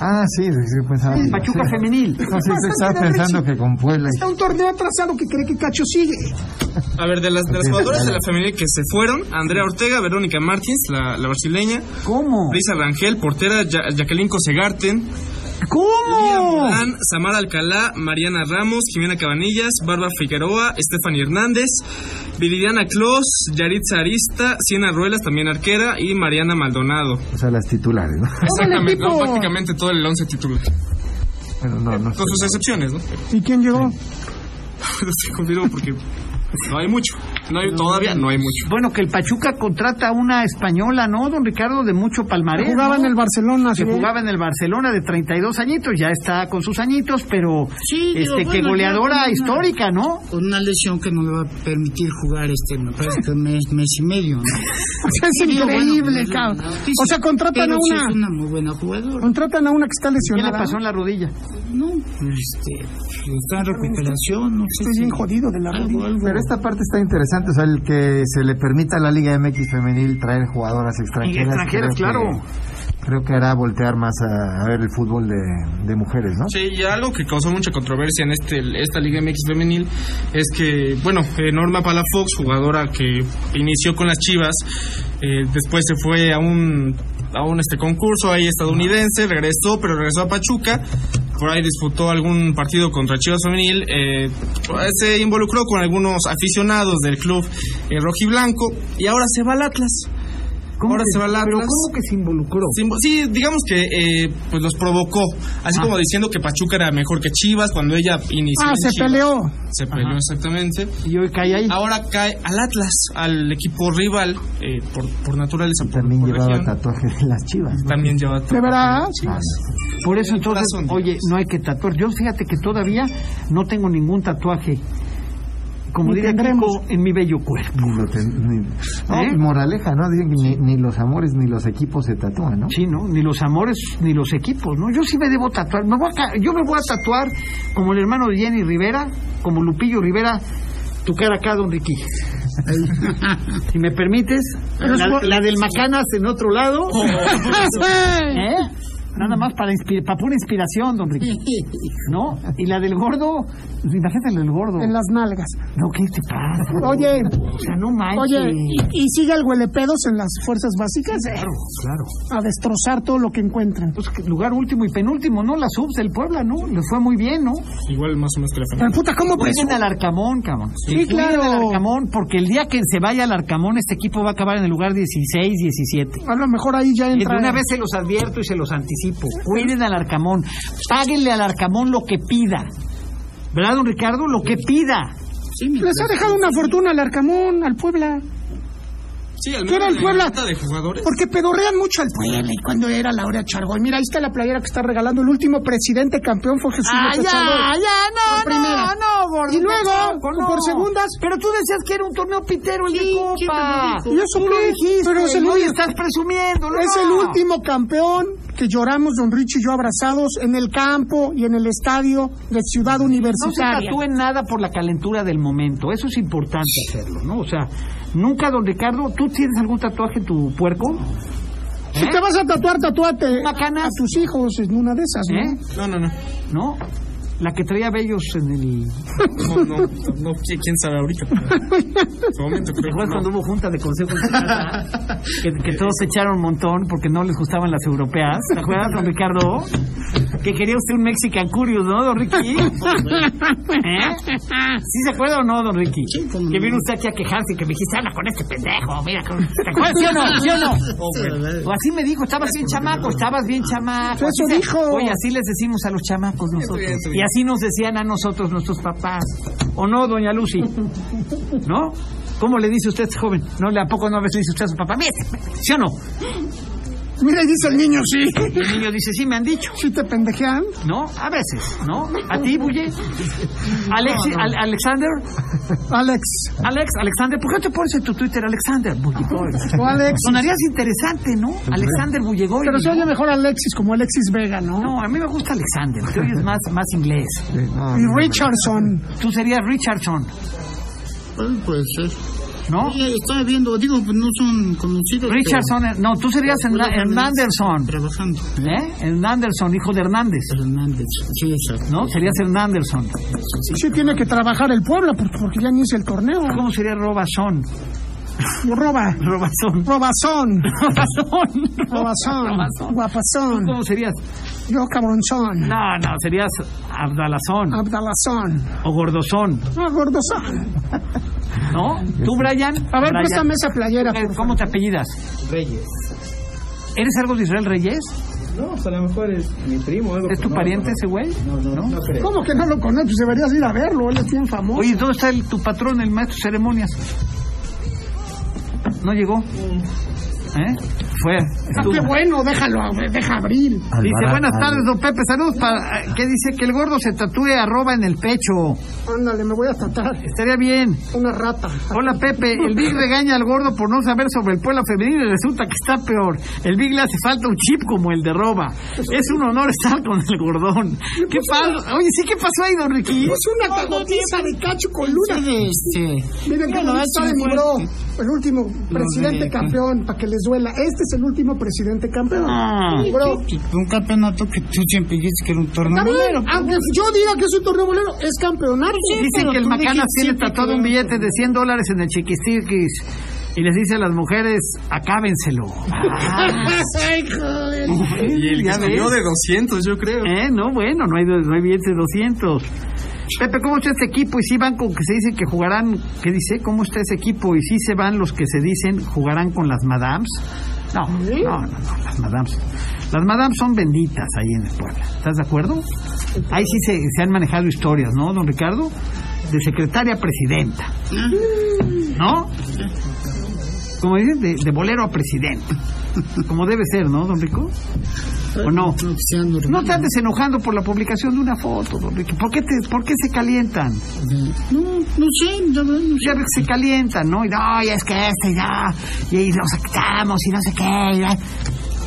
Ah, sí, sí, pensaba. que- Pachuca sí. femenil. No, sí, sí, estaba pensando que con Puebla. Está un torneo atrasado que cree que Cacho sigue. A ver, de las, de las jugadoras de la femenil que se fueron, Andrea Ortega, Verónica Martins, la, la brasileña, ¿Cómo? Brisa Rangel, portera Ya- Jacqueline Cosegarten, Lía ¿Cómo? Morán, Samara Alcalá, Mariana Ramos, Jimena Cabanillas, Bárbara Figueroa, Stephanie Hernández, Viridiana Clos, Yaritza Arista, Siena Ruelas, también arquera, y Mariana Maldonado. O sea, las titulares, ¿no? Exactamente, ¿no? equipo! prácticamente todo el 11 titular. Bueno, no, no. Con sus excepciones, ¿no? ¿Y quién llegó? Pero estoy confiado porque no hay mucho. No hay, todavía no hay mucho. Bueno, que el Pachuca contrata a una española, ¿no? Don Ricardo de mucho palmarés. Que jugaba ¿no? en el Barcelona. que sí. jugaba en el Barcelona de 32 añitos, ya está con sus añitos, pero Sí, digo, este que bueno, goleadora ya, ya. histórica, ¿no? Con una lesión que no le va a permitir jugar este, me parece que mes, mes y medio, ¿no? O sea, es Digo, bueno, increíble, no, cabrón. no, sí, O sea, sí, contratan a pero sí una, es una muy buena jugadora. contratan a una que está ¿Qué le lesionada. pasó en la rodilla? No, este, está en recuperación, no sé Estoy si- bien jodido de la algo, rodilla. algo. Pero esta parte está interesante, o sea, el que se le permita a la Liga MX femenil traer jugadoras extranjeras. extranjeras, creo que- claro. creo que hará voltear más a, a ver el fútbol de, de mujeres, ¿no? Sí, y algo que causó mucha controversia en este esta Liga MX femenil es que, bueno, eh, Norma Palafox, jugadora que inició con las Chivas, eh, después se fue a un a un este concurso ahí estadounidense, regresó, pero regresó a Pachuca, por ahí disputó algún partido contra Chivas femenil, eh, se involucró con algunos aficionados del club eh, rojiblanco y ahora se va al Atlas. Ahora que- se va al ¿Pero Atlas. cómo que se involucró? Simbo- Sí, digamos que eh, pues los provocó, Ah. así como diciendo que Pachuca era mejor que Chivas cuando ella inició. Ah, en se Chivas. peleó. Se peleó exactamente. Y hoy cae ahí. Ahora cae al Atlas, al equipo rival eh, por, por naturaleza. por- También por llevaba región. tatuaje de las chivas. ¿no? También lleva ¿De verdad? Ah, Por eso entonces, corazón, oye, no hay que tatuar. Yo fíjate que todavía no tengo ningún tatuaje. Como Ni diría tendremos. Kiko, en mi bello cuerpo. ni lo ten- ni- No, ¿Eh? Moraleja, ¿no? Dicen que ni, ni los amores ni los equipos se tatúan, ¿no? Sí, ¿no? Ni los amores, ni los equipos, ¿no? Yo sí me debo tatuar. Me voy a ca- yo me voy a tatuar como el hermano de Jenny Rivera, como Lupillo Rivera, tu cara acá, don Ricky. si me permites, la, la del Macanas en otro lado. ¿Eh? Nada más para, inspir- para pura inspiración, don Ricky. ¿No? Y la del gordo, imagínate la del gordo. En las nalgas. No, ¿qué te pasa? Oye, O sea, no manches. oye, y, y sigue el huelepedos en las fuerzas básicas Claro, claro. a destrozar todo lo que encuentran. Pues, que lugar último y penúltimo, ¿no? Las subs del Puebla, ¿no? Les fue muy bien, ¿no? Igual más o menos que la Pero puta, ¿cómo Cuiden presume? Pues al Arcamón, cabrón. Sí, claro. Cuiden al Arcamón, porque el día que se vaya al Arcamón, este equipo va a acabar en el lugar 16, 17. A lo mejor ahí ya Y de entra. una vez se los advierto y se los anticipo. Cuiden al Arcamón. Páguenle al Arcamón lo que pida. ¿Verdad, don Ricardo? Lo que pida. pues, Les ha dejado una fortuna al Arcamón, al Puebla. Sí, al ¿Qué era el menos la Puebla? lista de jugadores. Porque pedorrean mucho al Puebla. Y cuando era la hora de Chargoy. Mira, ahí está la playera que está regalando. El último presidente campeón fue Jesús Ah, López Chargoy. ya, Por primera. no, gordo. Y luego, por segundas. Pero tú decías que era un torneo pitero el de Copa. dijo? ¿Y eso Tú qué? dijiste, Pero es el y hoy único. estás presumiendo. Es el último campeón que lloramos Don Richie y yo abrazados en el campo y en el estadio de Ciudad No se Universitaria. tatúen nada por la calentura del momento. Eso es importante hacerlo, ¿no? O sea, nunca, don Ricardo, ¿tú tienes algún tatuaje en tu puerco? Si ¿Eh? te vas a tatuar, tatuate Macanas. a tus hijos en una de esas, ¿no? ¿Eh? No, no, no. ¿No? La que traía bellos en el... No, no, no, qui- quién sabe ahorita. En su ¿Te momento creo que acuerdas no. cuando hubo junta de consejos? de casa? que, que todos se echaron un montón porque no les gustaban las europeas. ¿Te acuerdas, don Ricardo? Que quería usted un Mexican Curious, ¿no, don Ricky? ¿Eh? ¿Sí se acuerda o no, don Ricky? Que vino usted aquí a quejarse y que me dijiste, anda con este pendejo, mira. con- ¿Te acuerdas, sí o no? ¿Sí o no? O así me dijo, estabas bien chamaco, estabas bien chamaco. Eso Así se- dijo. Oye, así les decimos a los chamacos nosotros. Y así nos decían a nosotros nuestros papás. ¿O no, doña Lucy? ¿No? ¿Cómo le dice usted a este joven? ¿No le a poco no a veces dice usted a su papá? "Mire, ¿Sí o no? Mira, y dice el niño, sí. Y el niño dice, sí, me han dicho. Sí te pendejean. ¿No? A veces, ¿no? ¿A ti, Bulle? Alexi- Al- ¿Alexander? Alex. Alex, Alexander, ¿por qué te pones en tu Twitter Alexander Bullegoy? Pues, O Alex. Pues Sonarías interesante, ¿no? Alexander Bullegoy. Pero se ¿no? oye mejor Alexis, como Alexis Vega, ¿no? No, a mí me gusta Alexander, te oyes más, más inglés. Sí, no, Y no, no. Richardson. Tú serías Richardson, Pues, puede ser. ¿no? Oye, estaba viendo, digo, pues no son conocidos. Richardson, eh, no, tú serías pero- Herna- Hernanderson, Trabajando. ¿eh? Hernanderson, hijo de Hernández, Hernández. Sí, exacto. ¿no? Serías Hernanderson. Sí tiene que trabajar el pueblo porque ya inicia el torneo. ¿Cómo sería Robazón? Roba. Robazón. Robazón. Robazón. Robazón. Guapazón. ¿Cómo serías? Yo cabronzón. No, no, serías Abdalazón Abdalazón. o Gordozón, Ah, gordozón. ¿no? ¿Tú, Brian? Este. A Brian, ver, Este. préstame esa playera. por ¿Cómo favor. te apellidas? Reyes. ¿Eres algo de Israel Reyes? No, pues a lo mejor es mi primo o algo. ¿Es tu pero no, pariente ese güey? No, no, no creo. ¿Cómo que no lo conoces? Deberías ir a verlo, él es bien famoso. Oye, ¿dónde está el- tu patrón, el maestro de ceremonias? No llegó. ¿Eh? Fue. Ah, estuvo. qué bueno, déjalo, güey, deja abril. Dice, Alvarado- buenas tardes, don Pepe, saludos para... ¿Qué dice? Que el gordo se tatúe arroba en el pecho. Ándale, me voy a tratar Estaría bien. una rata. Hola, Pepe. El Big regaña al gordo por no saber sobre el pueblo femenino y resulta que está peor. El Big le hace falta un chip como el de roba. Es un honor estar con el gordón. pues, ¿Qué pasa? Oye, ¿sí qué pasó ahí, don Ricky? Es una cagotiza de cacho con luna. Miren que lo está de libró el último presidente campeón, para que les duela. Este es el último presidente campeón. Ah, un campeonato que tú siempre dijiste que era un torneo. Está bien, bolero, pues. aunque yo diga que es un torneo bolero, es campeonato. Dicen que el Macanas tiene tatuado un billete de 100 dólares en el chiquistiquis y les dice a las mujeres, acábenselo. Ah. Y el que Ya salió ves. de 200, yo creo. Eh, no, bueno, no hay, no hay billetes de 200. Pepe, ¿cómo está este equipo? Y si van con que se dicen que jugarán, ¿qué dice? ¿Cómo está ese equipo? Y si se van los que se dicen jugarán con las madams. No, no, no, no, las madams. Las madams son benditas ahí en el pueblo. ¿Estás de acuerdo? Ahí sí se, se han manejado historias, ¿no, don Ricardo? De secretaria a presidenta. ¿No? Como dices, de, de bolero a presidente. Como debe ser, ¿no, don Rico? ¿O no? No te andes enojando por la publicación de una foto, don Ricky. ¿Por qué, te- por qué se calientan? No, no sé, no, no pues Ya ves que se calientan, ¿no? Y no, y es que este, y no, y, ahí los sacamos, y no sé qué. y la-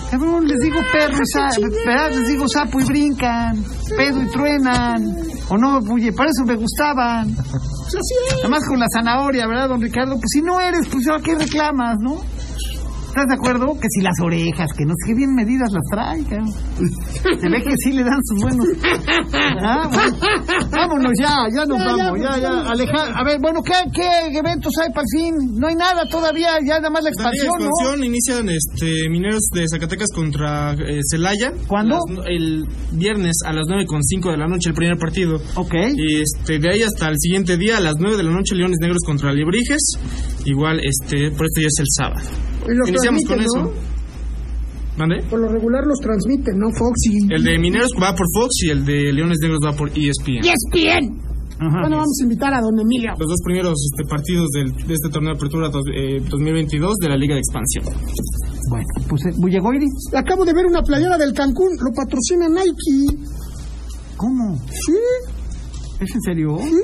Cabrón, les digo perro, y sa- ¿verdad? les digo sapo y brincan, pedo y truenan. O no, oye, para eso me gustaban. Nada más con la zanahoria, ¿verdad, don Ricardo? Pues si no eres, pues ¿a qué reclamas, no? ¿Estás de acuerdo? Que si las orejas, que no sé qué bien medidas las trae, cabrón. Se ve que sí le dan sus buenos. Ah, bueno. Vámonos ya, ya nos Ya, ya, vamos, ya, pues, ya. vamos. Aleja- a ver, bueno, ¿qué, ¿qué eventos hay para el fin? No hay nada todavía, ya nada más la También expansión, ¿no? expansión inician este mineros de Zacatecas contra eh, Celaya. ¿Cuándo? Las no- el viernes a las 9.05 de la noche el primer partido. Ok. Y este de ahí hasta el siguiente día a las 9 de la noche Leones Negros contra Libriges. Igual este por esto ya es el sábado. Y los Iniciamos con transmiten, eso. ¿no? ¿Mande? Por lo regular los transmiten, ¿no? Fox y... El de Mineros va por Fox y el de Leones Negros va por E ESPN. ¡Yes, bien! Ajá. Bueno, vamos a invitar a don Emilio. Los dos primeros este, partidos del- de este torneo de apertura dos- eh, 2022 de la Liga de Expansión. Bueno, pues eh, Bullagoiri, Acabo de ver una playera del Cancún, lo patrocina Nike. ¿cómo? Sí, ¿Es en serio? sí.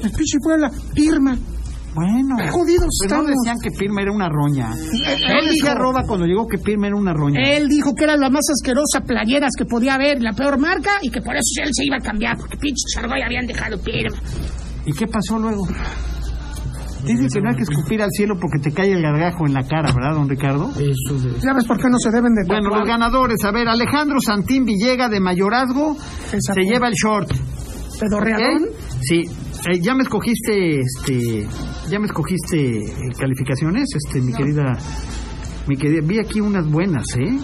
La pinche Puebla, Irma. Bueno. Jodidos Pero no estamos. decían que Pirma era una roña. No decía Roba cuando llegó que Pirma era una roña. Él dijo que era la más asquerosa playeras que podía haber, la peor marca, y que por eso él se iba a cambiar, porque pinches Argoy habían dejado Pirma. ¿Y qué pasó luego? Dice que no hay que escupir al cielo porque te cae el gargajo en la cara, ¿verdad, don Ricardo? ¿Ya ves por qué no se deben de Bueno, los ganadores, a ver, Alejandro Santín Villega de Mayorazgo Esa se fue. lleva el short. ¿Pedorreadón? ¿ok? Sí, Eh, ya me escogiste, este, ya me escogiste eh, calificaciones, este, mi querida, mi querida, vi aquí unas buenas, ¿eh?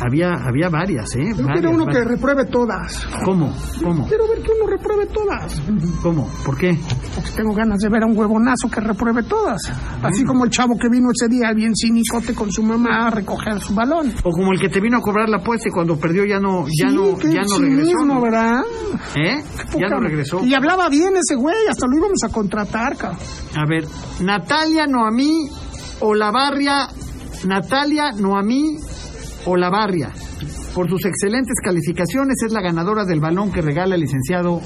Había, había varias, ¿eh? Yo quiero Varias, uno que varias. repruebe todas. ¿Cómo? ¿Cómo? Quiero ver que uno repruebe todas. ¿Cómo? ¿Por qué? Porque tengo ganas de ver a un huevonazo que repruebe todas. Mm. Así como el chavo que vino ese día, bien cinicote con su mamá a recoger su balón. O como el que te vino a cobrar la apuesta y cuando perdió ya no, Pues ya Sí, no, qué ya no cinismo, regresó. ¿no? ¿verdad? ¿Eh? Ya no Puta- regresó. Y hablaba bien ese güey, hasta lo íbamos a contratar, cabrón. A ver, Natalia Noamí Olavarria. Natalia Noamí Olavarria. Por sus excelentes calificaciones es la ganadora del balón que regala el licenciado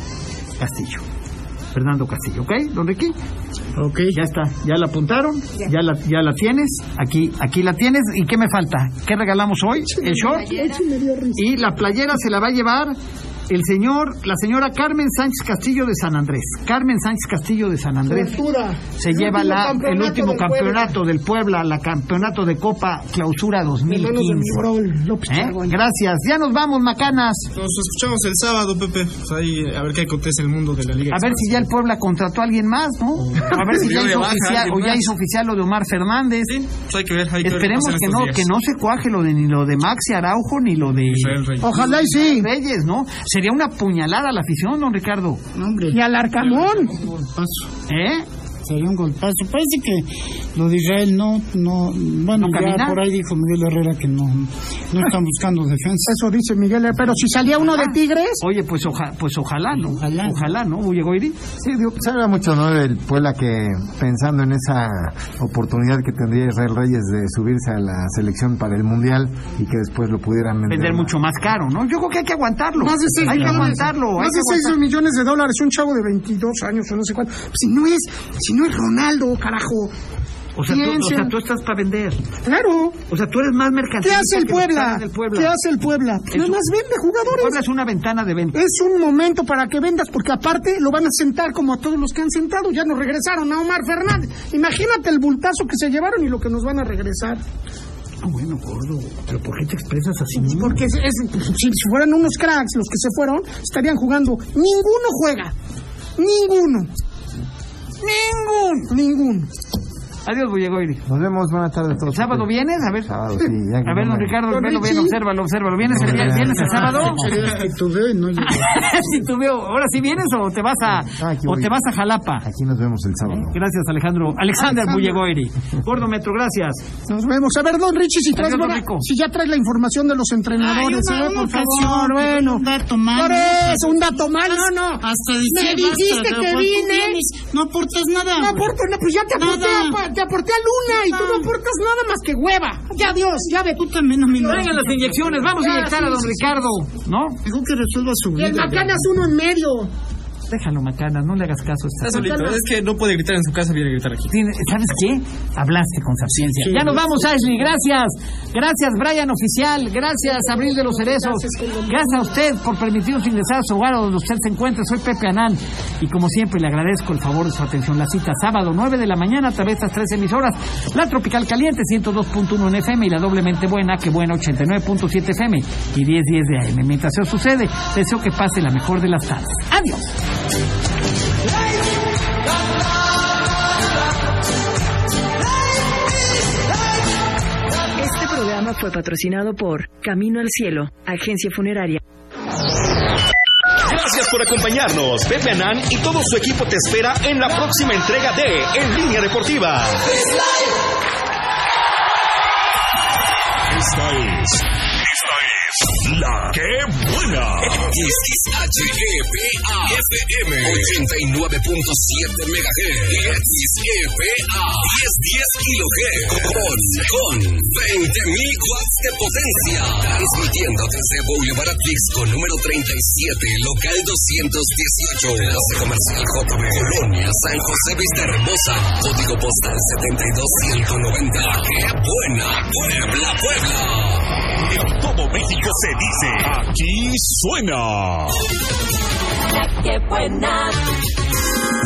Castillo. Fernando Castillo, ¿ok? ¿Dónde aquí? Ok. Ya está, ya la apuntaron, ya la, ya la tienes, aquí, aquí la tienes. ¿Y qué me falta? ¿Qué regalamos hoy? El short. Y la playera se la va a llevar el señor, la señora Carmen Sánchez Castillo de San Andrés. Carmen Sánchez Castillo de San Andrés se lleva la, el último campeonato del Puebla, la campeonato de Copa Clausura 2015. ¿Eh? Gracias. Ya nos vamos, macanas. Nos escuchamos el sábado, Pepe. Pues ahí, a ver qué acontece en el mundo de la Liga. A ver si ya el Puebla contrató a alguien más, ¿no? A ver si ya Dio de hizo baja oficial, alguien o ya más. hizo oficial lo de Omar Fernández. Sí, pues hay que ver. Hay que ver qué Esperemos pasa en que estos no, días. que no se cuaje lo de ni lo de Maxi Araujo ni lo de Israel Reyes. Ojalá y sí. Reyes, ¿no? Sería una puñalada a la afición, don Ricardo. Hombre, Y al Arcamón. golpazo. ¿Eh? Sería un golpazo. Parece que lo de Israel no, no, bueno, ¿No ya camina? por ahí dijo Miguel Herrera que no, no están buscando defensa. Eso dice Miguel, eh, pero si salía uno de Tigres, Oye, pues, oja- pues ojalá, ¿no? Ojalá. Ojalá, ¿no? Bullegoiri. Sí, digo, pues habla mucho, ¿no? Del Puebla que pensando en esa oportunidad que tendría Israel Reyes de subirse a la selección para el Mundial y que después lo pudieran vender. Vender ¿no? mucho más caro, ¿no? Yo creo que hay que aguantarlo. más de 6 hay que millones, aguantarlo. hay más de que seis aguantar- millones de dólares, un chavo de 22 años o no sé cuánto. Pues Si no es, si no es Ronaldo, O carajo. sea, tú, o sea, Piensen. tú estás para vender. Claro. O sea, tú eres más ¿Qué mercancía. hace el Puebla? ¿Qué hace el Puebla? Eso. Nada más vende Puebla jugadores. es una ventana de venta. Es un momento para que vendas, porque aparte lo van a sentar como a todos los que han sentado. Ya nos regresaron a Omar Fernández. Imagínate el bultazo que se llevaron y lo que nos van a regresar. Ah, bueno, gordo, pero ¿por qué te expresas así? Porque es- es- pues, si fueran unos cracks los que se fueron, estarían jugando. Ninguno juega. Ninguno. Ninguno. Ninguno. Adiós, Bullegoiri. Nos vemos, buenas tardes a todos. ¿Sábado vienes? A ver. Sábado, sí, ya que A ver, no don me- Ricardo, Don velo bien, Richie. obsérvalo, obsérvalo. ¿Vienes el, día- ¿vienes el sábado? Tú veo y no llego. si tú veo, ahora sí vienes o te vas a o voy. te vas a Jalapa. Aquí nos vemos el sábado. Gracias, Alejandro. Alexander Alejandro. Bullegoiri. Gordo Metro, gracias. Nos vemos. A ver, don Richie, si, traes Adiós, buena- Rico. si ya traes la información de los entrenadores, Ay, una- ¿eh? una por favor, ocasión, bueno. un dato mal. Por eso, un dato mal, no, no. Hasta Me diciembre. dijiste hasta- pero pues que tú vine. vienes, No aportas nada. No güey. aporto, no, pues ya te aporté, Nada. a, pa- te aporté a Luna y tú no aportas nada más que hueva. Ya, Dios, ya ve. Tú también no me Traigan las inyecciones, vamos a inyectar a don Ricardo, ¿no? Dijo que resuelva su Y vida. el Macanas uno en medio. Déjalo, Macanas, no le hagas caso. a Está esta- solito, eh? es que no puede gritar en su casa, viene a gritar aquí. Tiene- ¿Sabes qué? Hablaste con sapiencia. Ya nos vamos, Ashley. Gracias. Gracias, Brian Oficial. Gracias, Abril de los Cerezos. Gracias a usted por permitirnos ingresar a su hogar o donde usted se encuentre. Soy Pepe Anán. Y como siempre, le agradezco el favor de su atención. La cita sábado, 9 de la mañana, a través de estas tres emisoras. La Tropical Caliente, 102.1 en FM y la Doblemente Buena, que buena, 89.7 FM y 10.10 de AM. Mientras eso sucede, deseo que pase la mejor de las tardes. Adiós. Este programa fue patrocinado por Camino al Cielo, agencia funeraria. Gracias por acompañarnos. Pepe Anán y todo su equipo te espera en la próxima entrega de En Línea Deportiva. Esta es. Esta es. La que buena. XHEPA-FM 89.7 MHz XEPA 1010 kHz con, con 20.000 watts de potencia transmitiendo desde Boulevard Atlix con número 37 local 218 enlace comercial JB Colonia San José Vista Hermosa código postal 72190 ¡Qué buena Puebla Puebla! En todo México se dice. Aquí suena. ¡Qué buena!